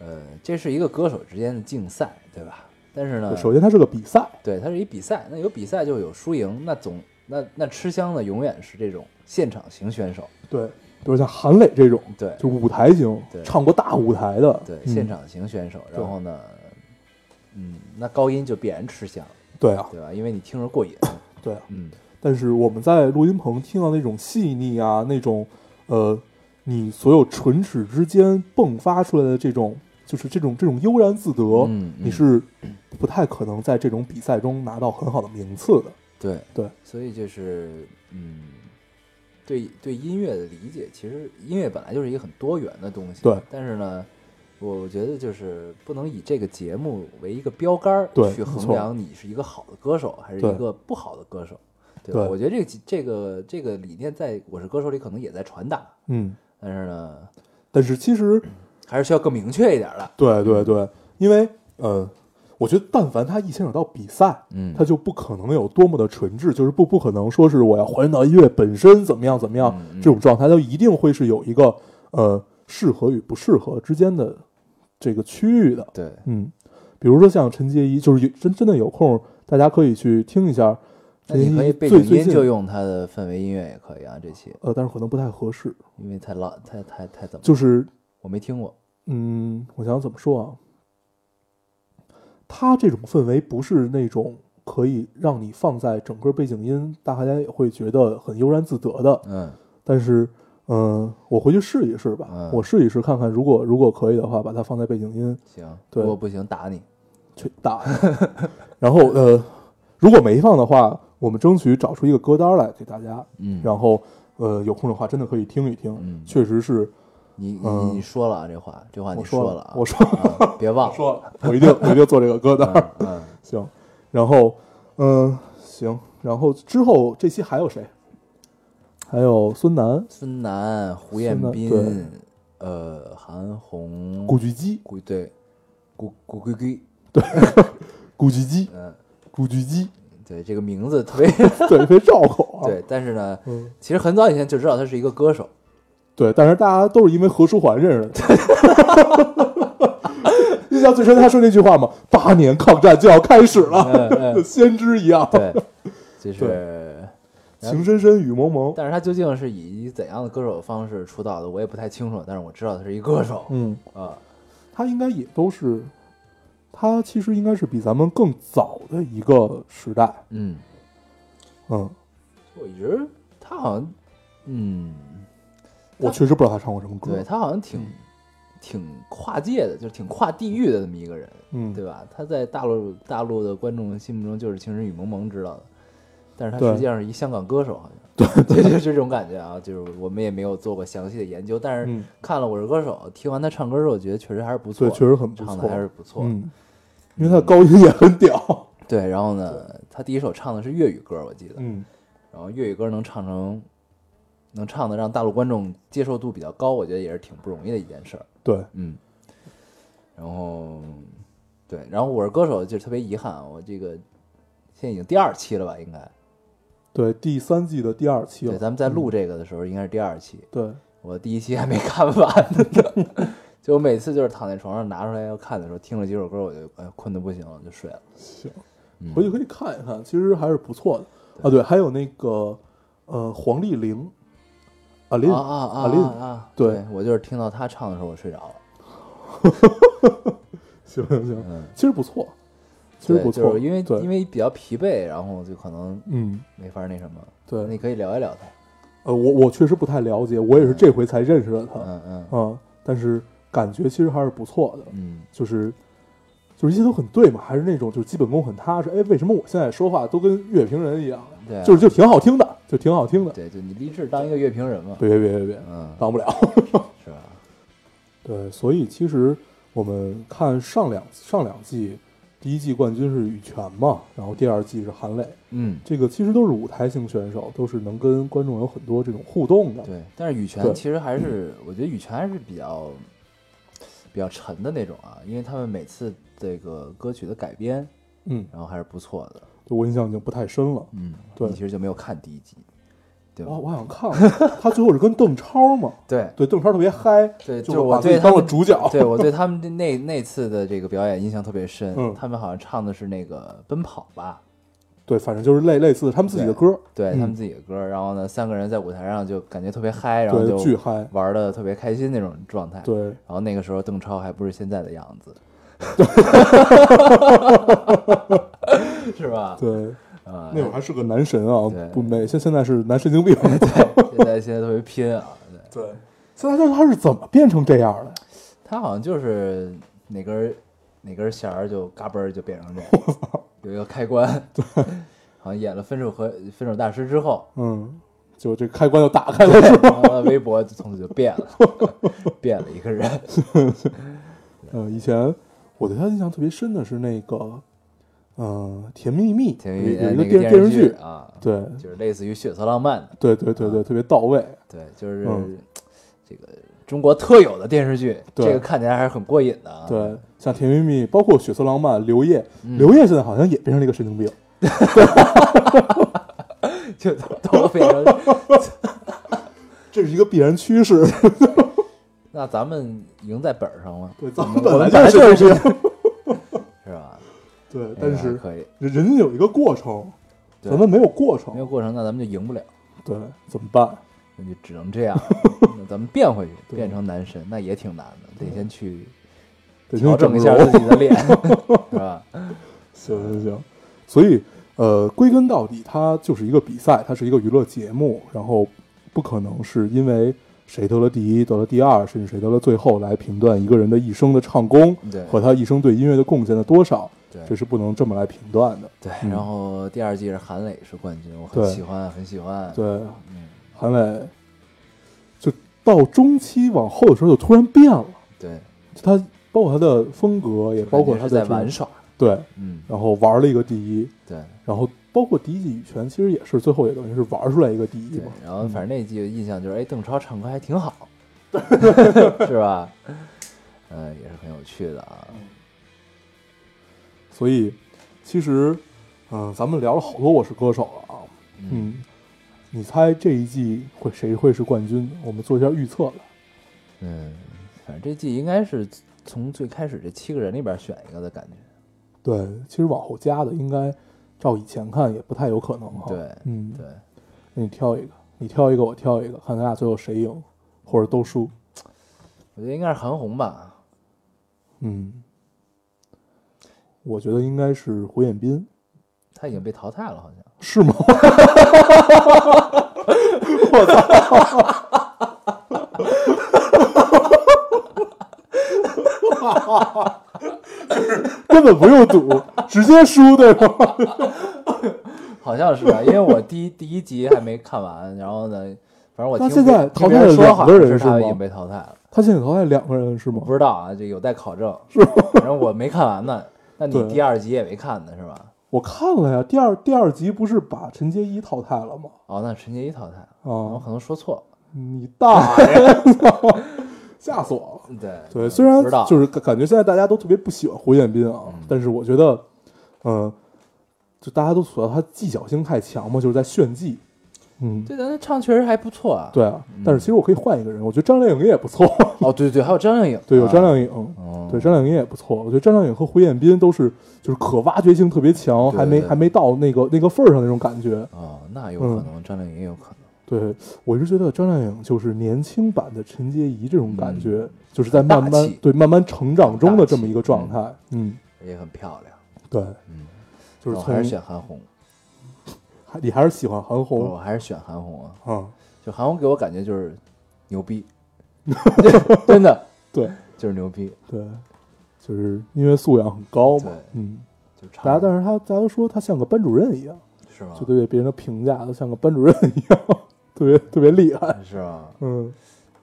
B: 呃，这是一个歌手之间的竞赛，对吧？但是呢，
A: 首先它是个比赛，
B: 对，它是一比赛，那有比赛就有输赢，那总那那吃香的永远是这种现场型选手，
A: 对，比如像韩磊这种，
B: 对
A: 就舞台型
B: 对，
A: 唱过大舞台的，
B: 对，
A: 嗯
B: 现场型选手。然
A: 对
B: 后呢，嗯，那高音就必然吃香，
A: 对啊，
B: 对吧？因为你听着过瘾，
A: 对啊。
B: 嗯，
A: 但是我们在录音棚听到那种细腻啊，那种呃，你所有唇齿之间迸发出来的这种，就是这种这种悠然自得，
B: 嗯嗯
A: 你是不太可能在这种比赛中拿到很好的名次的。
B: 对
A: 对，
B: 所以就是嗯。对对音乐的理解，其实音乐本来就是一个很多元的东西。
A: 对
B: 但是呢，我觉得就是不能以这个节目为一个标杆儿
A: 对
B: 去
A: 没
B: 衡
A: 错
B: 量你是一个好的歌手还是
A: 对
B: 一个不好的歌手。对吧
A: 对
B: 我觉得这个这个这个理念在《我是歌手》里可能也在传达，
A: 嗯，
B: 但是呢，
A: 但是其实
B: 还是需要更明确一点的。
A: 对对对，因为呃，我觉得但凡他一牵扯到比赛，
B: 嗯
A: 他就不可能有多么的纯质，就是不不可能说是我要还原到音乐本身怎么样怎么样、
B: 嗯嗯
A: 这种状态，它一定会是有一个呃适合与不适合之间的这个区域的。
B: 对，
A: 嗯，比如说像陈洁仪，就是有真真的有空，大家可以去听一下
B: 那
A: 陈洁
B: 你可以
A: 仪
B: 背
A: 最
B: 景
A: 最
B: 音就
A: 近。
B: 用它的氛围音乐也可以啊，这期
A: 呃，但是可能不太合适，
B: 因为太老太太太怎么，
A: 就是
B: 我没听过，
A: 嗯，我想怎么说啊？它这种氛围不是那种可以让你放在整个背景音，大家也会觉得很悠然自得的。
B: 嗯
A: 但是，嗯，我回去试一试吧，
B: 嗯
A: 我试一试看看，如果如果可以的话，把它放在背景音
B: 行，
A: 对
B: 如果不行打你，
A: 去打。 [laughs] 然后，呃，如果没放的话，我们争取找出一个歌单来给大家，
B: 嗯，
A: 然后，呃，有空的话真的可以听一听，
B: 嗯
A: 确实是
B: 你你
A: 嗯
B: 你说了啊，这话这话
A: 我
B: 你
A: 说
B: 了啊，
A: 我说 [laughs]
B: 啊别忘了，
A: 说了，我一定我一定做这个歌单。
B: 嗯嗯，
A: [laughs] 行，然后，嗯、行，然后之后这期还有谁？还有孙楠、
B: 孙楠、胡彦
A: 孙楠
B: 斌，呃，韩红，
A: 古巨基、
B: 古对，古古龟龟，
A: 古巨基、
B: 嗯，
A: 古巨基，
B: 对，这个名字
A: [laughs]
B: 特别
A: 对，特别绕口啊。
B: 对，但是呢，
A: 嗯，
B: 其实很早以前就知道他是一个歌手，
A: 对，但是大家都是因为何书桓认识的。 [laughs] 印象最深，他说那句话嘛：“八年抗战就要开始 [laughs]
B: [laughs]
A: 了，
B: 嗯嗯
A: 先知一样，
B: 对，就是，
A: 情深深雨蒙蒙。
B: 但是他究竟是以怎样的歌手方式出道的，我也不太清楚，但是我知道他是一歌手”
A: 嗯，
B: 啊，
A: 他应该也都是，他其实应该是比咱们更早的一个时代。
B: 嗯，
A: 嗯，
B: 我一直他好像，嗯，
A: 我确实不知道他唱过什么歌。
B: 对他好像挺
A: 嗯
B: 挺跨界的，就是挺跨地域的这么一个人，
A: 嗯，
B: 对吧？他在大陆大陆的观众心目中就是《情深雨蒙蒙》知道的，但是他
A: 对
B: 实际上是一香港歌手，好像
A: [laughs]
B: 对对， [laughs] 就是这种感觉啊。就是我们也没有做过详细的研究，但是
A: 嗯
B: 看了《我是歌手》，听完他唱歌之后，我觉得确实还是不错
A: 对，
B: 的，
A: 确实很不
B: 唱
A: 错
B: 的，还是不错的。
A: 嗯，因为他的高音也很屌。
B: 对，然后呢，他第一首唱的是粤语歌，我记得，
A: 嗯，
B: 然后粤语歌能唱成。能唱的让大陆观众接受度比较高，我觉得也是挺不容易的一件事儿。
A: 对，
B: 嗯，然后对，然后我是歌手就特别遗憾啊，我这个现在已经第二期了吧，应该
A: 对，第三季的第二期嗯
B: 对，
A: 了。
B: 咱们在录这个的时候应该是第二期，
A: 对，
B: 我第一期还没看完呢， [laughs] 就我每次就是躺在床上拿出来要看的时候，听了几首歌我就哎困得不行了，就睡了。
A: 行，
B: 嗯
A: 回去可以看一看，其实还是不错的。啊，对，还有那个呃，黄丽玲，阿林
B: 啊啊啊
A: 阿林
B: 啊啊！
A: 对
B: 我就是听到他唱的时候我睡着了，
A: [laughs] 行行行，
B: 嗯，
A: 其实不错，其实
B: 对
A: 不
B: 就
A: 错，
B: 是因为
A: 对
B: 因为比较疲惫，然后就可能
A: 嗯，
B: 没法那什么。
A: 对，
B: 你可以聊一聊他，
A: 呃，我我确实不太了解，我也是这回才认识了他，
B: 嗯嗯
A: 嗯，但是感觉其实还是不错的，
B: 嗯
A: 就是就是一切都很对嘛，还是那种就是基本功很踏实。哎，为什么我现在说话都跟乐评人一样？
B: 对啊
A: 就是就挺好听的，就挺好听的。
B: 对，就你立志当一个乐评人嘛，
A: 别别别别别，
B: 嗯，
A: 当不了。
B: 是吧？
A: 对，所以其实我们看上两上两季，第一季冠军是羽泉嘛，然后第二季是韩磊，
B: 嗯，
A: 这个其实都是舞台型选手，都是能跟观众有很多这种互动的。
B: 对。但是羽泉
A: 对
B: 其实还是，我觉得羽泉还是比较比较沉的那种啊，因为他们每次这个歌曲的改编，
A: 嗯，
B: 然后还是不错的。
A: 对我印象已经不太深了。
B: 嗯，
A: 对
B: 你其实就没有看第一集，对吧
A: 我？我好像看了，他最后是跟邓超嘛，
B: 对
A: 对，邓超特别嗨，
B: 对，
A: 就是把
B: 我
A: 自
B: 对
A: 己当
B: 他
A: 了
B: 们
A: 主角。
B: 对我对他们的那那次的这个表演印象特别深，
A: 嗯
B: 他们好像唱的是那个《奔跑吧》。
A: 对，反正就是类类似他们自己的歌，
B: 对
A: 嗯
B: 他们自己的歌，然后呢，三个人在舞台上就感觉特别嗨，然后
A: 对，巨
B: 就
A: 嗨，
B: 玩的特别开心那种状态。
A: 对，
B: 然后那个时候邓超还不是现在的样
A: [laughs]
B: 子，是吧？ [laughs]
A: 对，
B: 啊，
A: 那会儿还是个男神啊
B: 对，
A: 不美，现现在是男神经病，
B: 对，
A: [laughs]
B: 现在现在特别拼啊，对，
A: 对，现在他他是怎么变成这样的？
B: 他好像就是哪根儿哪根弦儿就嘎嘣儿就变成这样，有一个开关，对， [laughs] 好像演了《分手和分手大师》之后，
A: 嗯，就这开关就打开 [laughs] 了，是吧？
B: 然后微博就从此就变了， [laughs] 变了一个人，
A: 嗯，以前我对他印象特别深的是那个，嗯，《甜蜜蜜》
B: 挺
A: 有一有
B: 呃
A: 一
B: 那
A: 个
B: 个
A: 电电
B: 视
A: 视剧，
B: 啊，
A: 对，
B: 就是类似于《血色浪漫》的，
A: 对对对对，特别到位，
B: 对，就是、
A: 嗯
B: 这个中国特有的电视剧，
A: 对
B: 这个看起来还是很过瘾的啊。
A: 对，像《甜蜜蜜》，包括《血色浪漫》，刘烨，
B: 嗯
A: 刘烨现在好像也变成了一个神经病，
B: 就都变成。
A: 这是一个必然趋势。
B: 那咱们赢在本儿上了， [laughs]
A: 对，咱
B: 嗯我们
A: 就是是
B: 是吧？
A: 对，
B: 那
A: [laughs] 但
B: 个哎
A: 是
B: 可以，
A: 人人家有一个过程，
B: 对
A: 咱们没有过
B: 没
A: 程，
B: 有过程，那咱们就赢不了，
A: 对，怎么办？
B: 那就
A: [laughs]
B: 只能这样。那咱们变回去，
A: 对
B: 变成男神，那也挺难的，得先去
A: 得
B: 调
A: 先
B: 整一下
A: 容
B: 自己的
A: [laughs]
B: 脸，是吧？
A: 行行行，所以呃，归根到底，它就是一个比赛，它是一个娱乐节目，然后不可能是因为谁得了第一、得了第二，甚至谁得了最后来评断一个人的一生的唱功 [laughs]
B: 对
A: 和他一生对音乐的贡献的多少，
B: 对
A: 这是不能这么来评断的。
B: 对。
A: 嗯
B: 然后第二季是韩磊是冠军，我很
A: 对
B: 喜欢，很喜欢。
A: 对，
B: 嗯
A: 韩磊就到中期往后的时候就突然变了，
B: 对，
A: 就他包括他的风格，也包括他
B: 是在
A: 的这种
B: 玩耍，
A: 对，
B: 嗯，
A: 然后玩了一个第一，
B: 对。
A: 然后包括第一季羽泉，其实也是最后也等于是玩出来一个第一
B: 对
A: 嘛。，
B: 然后反正那季印象就是，哎，邓超唱歌还挺
A: [laughs]
B: 好，是吧？嗯，也是很有趣的啊。
A: 嗯所以其实，嗯、咱们聊了好多《我是歌手》了啊。嗯，你猜这一季会谁会是冠军？我们做一下预测吧。
B: 嗯，反正这季应该是从最开始这七个人里边选一个的感觉。
A: 对，其实往后加的应该照以前看也不太有可能哈。
B: 对
A: 嗯，
B: 对，
A: 那你挑一个，你挑一个，我挑一个，看咱俩最后谁赢，或者都输。
B: 我觉得应该是韩红吧。
A: 嗯，我觉得应该是胡彦斌，
B: 她已经被淘汰了，好像。
A: 是吗？我操！根本不用赌，直接输对吧？
B: 好像是吧，因为我第一第一集还没看完，然后呢，反正我
A: 那
B: 听
A: 现在
B: 听
A: 淘
B: 别
A: 汰了
B: 说
A: 两
B: 好
A: 个
B: 像
A: 人
B: 是
A: 是
B: 他已
A: 吗
B: 经被淘汰了，
A: 他现在淘汰两个人是吗
B: 不？知道啊，这有待考
A: [laughs]
B: 证，反正我没看完呢。那你
A: 对
B: 第二集也没看呢是吧？
A: 我看了呀，第二第二集不是把陈洁仪淘汰了吗？
B: 哦，那陈洁仪淘汰了，我
A: 啊，
B: 可能说错了。
A: 你大爷！ [laughs] 吓死我了。
B: 对
A: 对，虽然
B: 不知道
A: 就是感感觉现在大家都特别不喜欢胡彦斌啊，但是我觉得，嗯、就大家都吐槽他技巧性太强嘛，就是在炫技。嗯，
B: 对，但他唱确实还不错啊。
A: 对啊，但是其实我可以换一个人，我觉得张靓颖也不错。
B: 哦，对对，还有张靓颖，
A: 对，有张
B: 颖，
A: 靓颖，
B: 哦
A: 对张靓颖也不错。我觉得张靓颖和胡彦斌都是就是可挖掘性特别强，
B: 对
A: 还没
B: 对
A: 还没到那个那个份儿上那种感觉。
B: 哦，那有
A: 嗯
B: 可能，张靓颖也有可能。
A: 对我是觉得张靓颖就是年轻版的陈洁仪这种感觉，就是在
B: 很嗯大
A: 慢慢
B: 气
A: 对慢慢成长中的这么
B: 大气
A: 一个状态。嗯，
B: 也很漂亮，
A: 对。
B: 嗯，
A: 就是
B: 我
A: 从
B: 还是选韩红，
A: 还你还是喜欢韩
B: 我
A: 红
B: 还是选韩红啊。
A: 啊？
B: 就韩红给我感觉就是牛逼， [laughs] 真的
A: 对
B: 就是牛逼，
A: 对，就是音乐素养很高嘛
B: 对。
A: 嗯，
B: 就唱
A: 大家但是他大家都说他像个班主任一样，
B: 是吗
A: 就？对别人的评价都像个班主任一样，特别特别厉害。
B: 是吗？
A: 嗯，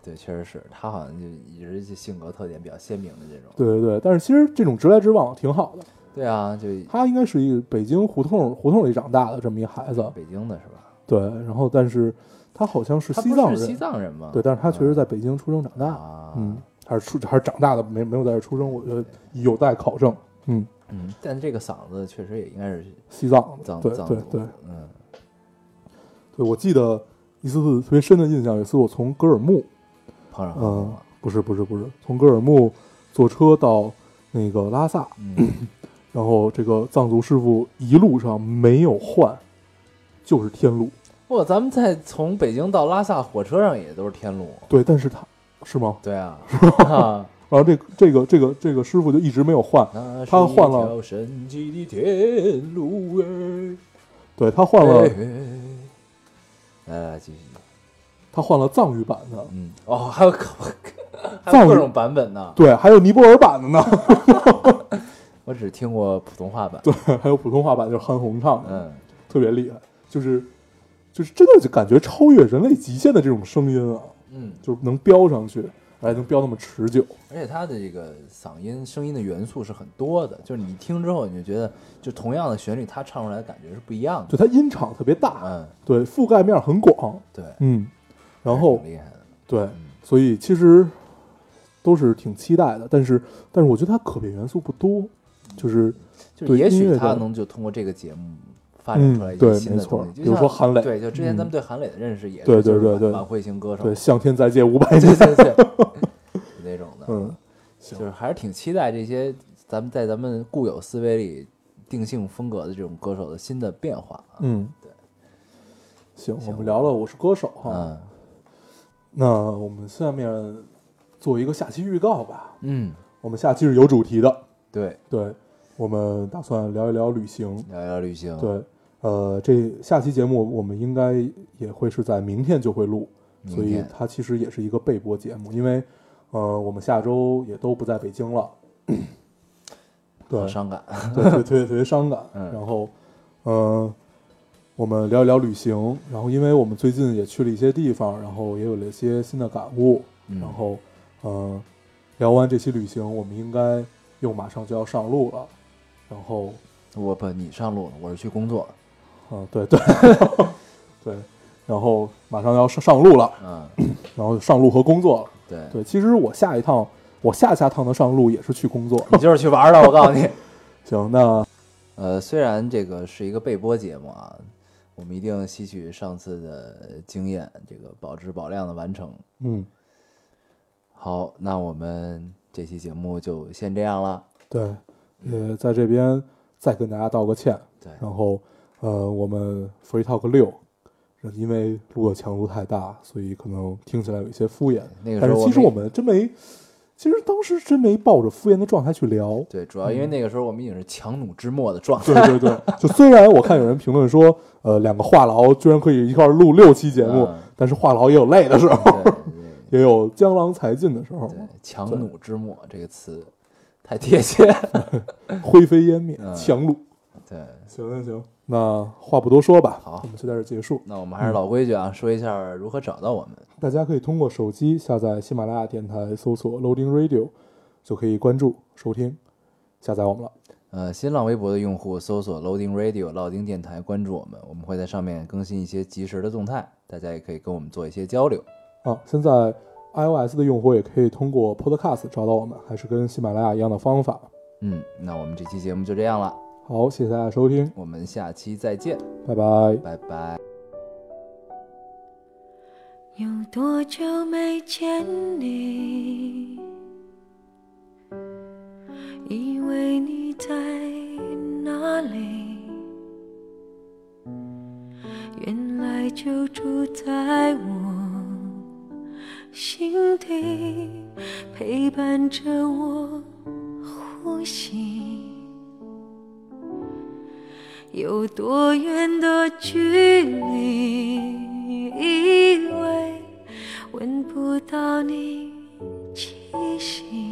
B: 对，确实是他好像就也是这性格特点比较鲜明的这种。
A: 对对对，但是其实这种直来直往挺好的。
B: 对啊，就
A: 他应该是一个北京胡同胡同里长大的这么一孩子，
B: 北京的是吧？
A: 对。然后，但是他好像是
B: 他
A: 西
B: 不
A: 藏
B: 是西
A: 人，
B: 藏人吗？
A: 对，但是他确实在北京出生长大，
B: 啊，
A: 嗯，还是出还是长大的，没没有在这出生，我觉得有待考证。嗯，
B: 嗯，但这个嗓子确实也应该是
A: 西藏的
B: 藏
A: 对
B: 藏
A: 对
B: 族
A: 对，
B: 嗯
A: 对，我记得一次特别深的印象，有一次我从格尔木，
B: 碰上
A: 嗯、
B: 韩红了，
A: 不是不是不是，从格尔木坐车到那个拉萨，
B: 嗯，
A: 然后这个藏族师傅一路上没有换，就是天路。
B: 哇，咱们在从北京到拉萨火车上也都是天路，
A: 对，但是他是吗？
B: 对
A: [laughs]
B: 啊，啊
A: 然后这个这个这个这个师傅就一直没有换，
B: 那是
A: 他
B: 一
A: 换了
B: 条神奇的天路哎。
A: 对他换了、
B: 来来哎继续，
A: 他换了藏语版的，
B: 嗯，哦，还有各还有各
A: 藏语
B: 种版本呢，
A: 对，还有尼泊尔版的呢， [laughs]
B: 我只听过普通话版。
A: 对，还有普通话版，就是韩红唱的，
B: 嗯，
A: 特别厉害，就是就是真的就感觉超越人类极限的这种声音啊。
B: 嗯，
A: 就能飙上去，而且能飙那么持久。
B: 而且它的这个嗓音、声音的元素是很多的，就是你听之后你就觉得，就同样的旋律，它唱出来的感觉是不一样的。
A: 就它音场特别大，
B: 嗯，
A: 对，覆盖面很广，
B: 对。
A: 嗯，然
B: 还是
A: 后
B: 挺厉害的，
A: 对，所以其实都是挺期待的，但是但是我觉得它可变元素不多，就是
B: 就是
A: 对
B: 也
A: 音
B: 许
A: 乐
B: 他
A: 的
B: 能就通过这个节目发展出来一些
A: 嗯对
B: 新的
A: 没错
B: 东西。就
A: 比如
B: 像
A: 说韩磊
B: 对，就之前咱们
A: 嗯
B: 对韩磊的认识也是
A: 对对
B: 就是
A: 对
B: 晚
A: 对
B: 晚会型歌手，
A: 对，向天再借五百
B: [laughs] 对
A: 年，
B: 对对，就那种的，
A: [laughs] 嗯，
B: 就是还是挺期待这些咱们在咱们固有思维里定性风格的这种歌手的新的变化啊。
A: 嗯，
B: 对。
A: 行，我们聊了《我是歌手》哈，
B: 嗯
A: 那我们下面做一个下期预告吧。
B: 嗯，
A: 我们下期是有主题的，
B: 对，
A: 对，我们打算聊一聊旅行。
B: 聊聊旅行，
A: 对，呃，这下期节目我们应该也会是在明天就会录，
B: 明
A: 所以
B: 天
A: 它其实也是一个备播节目，因为呃，我们下周也都不在北
B: [coughs]
A: 京了。对
B: 好，伤感，
A: 对，特别特别特别伤感。
B: 嗯
A: 然后，呃，我们聊一聊旅行。然后，因为我们最近也去了一些地方，然后也有了一些新的感悟。
B: 嗯
A: 然后，呃，聊完这期旅行，我们应该又马上就要上路了。然后，
B: 我不，你上路了，我是去工作，
A: 嗯、对 [laughs] 对对，然后马上要上上路了， [laughs]
B: 嗯，
A: 然后上路和工作了。
B: 对，
A: 对，其实我下一趟，我下下趟的上路也是去工作。
B: 你就是去玩儿了，我告诉你。 [laughs]
A: 行，那
B: 呃，虽然这个是一个备播节目啊，我们一定吸取上次的经验，这个保质保量的完成。
A: 嗯，
B: 好，那我们这期节目就先这样了。
A: 对，也在这边再跟大家道个歉。
B: 对，
A: 然后呃，我们 Free Talk 六，因为录的强度太大，所以可能听起来有一些敷衍。
B: 那个时
A: 但
B: 候
A: 是
B: 我
A: 其实
B: 们
A: 我们真没，其实当时真没抱着敷衍的状态去聊。
B: 对，主要因为那个时候我们已经是强弩之末的状态
A: 嗯对。对对，就虽然我看有人评论说，呃，两个话痨居然可以一块儿录六期节目，
B: 嗯
A: 但是话痨也有累的时候，
B: 对
A: [laughs] 也有江郎才尽的时候
B: 对，对，强弩之末这个词太贴切。
A: 灰飞烟灭，
B: 嗯
A: 强弩。
B: [laughs] 对，
A: 行行行，那话不多说吧，
B: 好
A: 我们就在这儿结束。
B: 那我们还是老规矩啊，说一下如何找到我们。
A: 大家可以通过手机下载喜马拉雅电台，搜索 Loading Radio，就可以关注收听，下载我们了。
B: 呃，新浪微博的用户搜索 Loading Radio 老丁电台，关注我们，我们会在上面更新一些及时的动态，大家也可以跟我们做一些交流。
A: 啊，现在 iOS 的用户也可以通过 Podcast 找到我们，还是跟喜马拉雅一样的方法。
B: 嗯，那我们这期节目就这样了，
A: 好，谢谢大家收听，
B: 我们下期再见，
A: 拜拜。
B: 拜拜。
C: 有多久没见你？以为你在哪里？原来就住在我心底，陪伴着我呼吸。有多远的距离，以为闻不到你气息，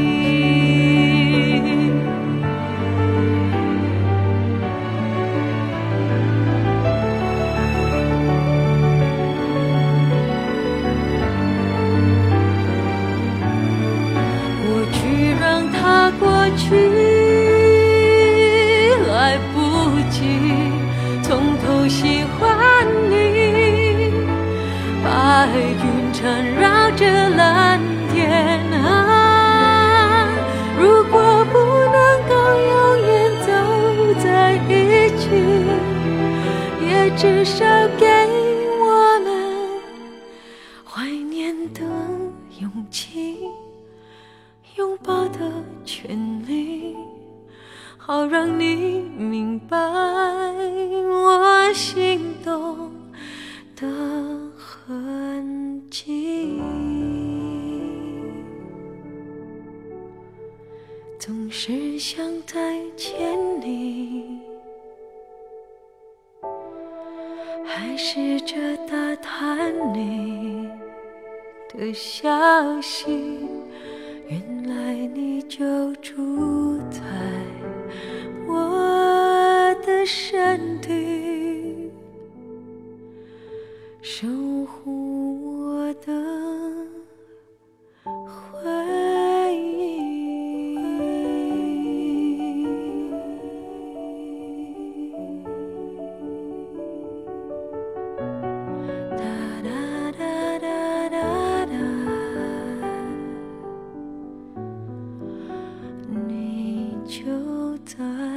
C: 过去让它过去，来不及从头喜欢你。白云缠绕着蓝天啊，如果不能够永远走在一起，也至少给我们怀念的勇气。拥抱的权利，好让你明白我心动的痕迹。总是想再见你，还试着打探你的消息。原来你就住在我在。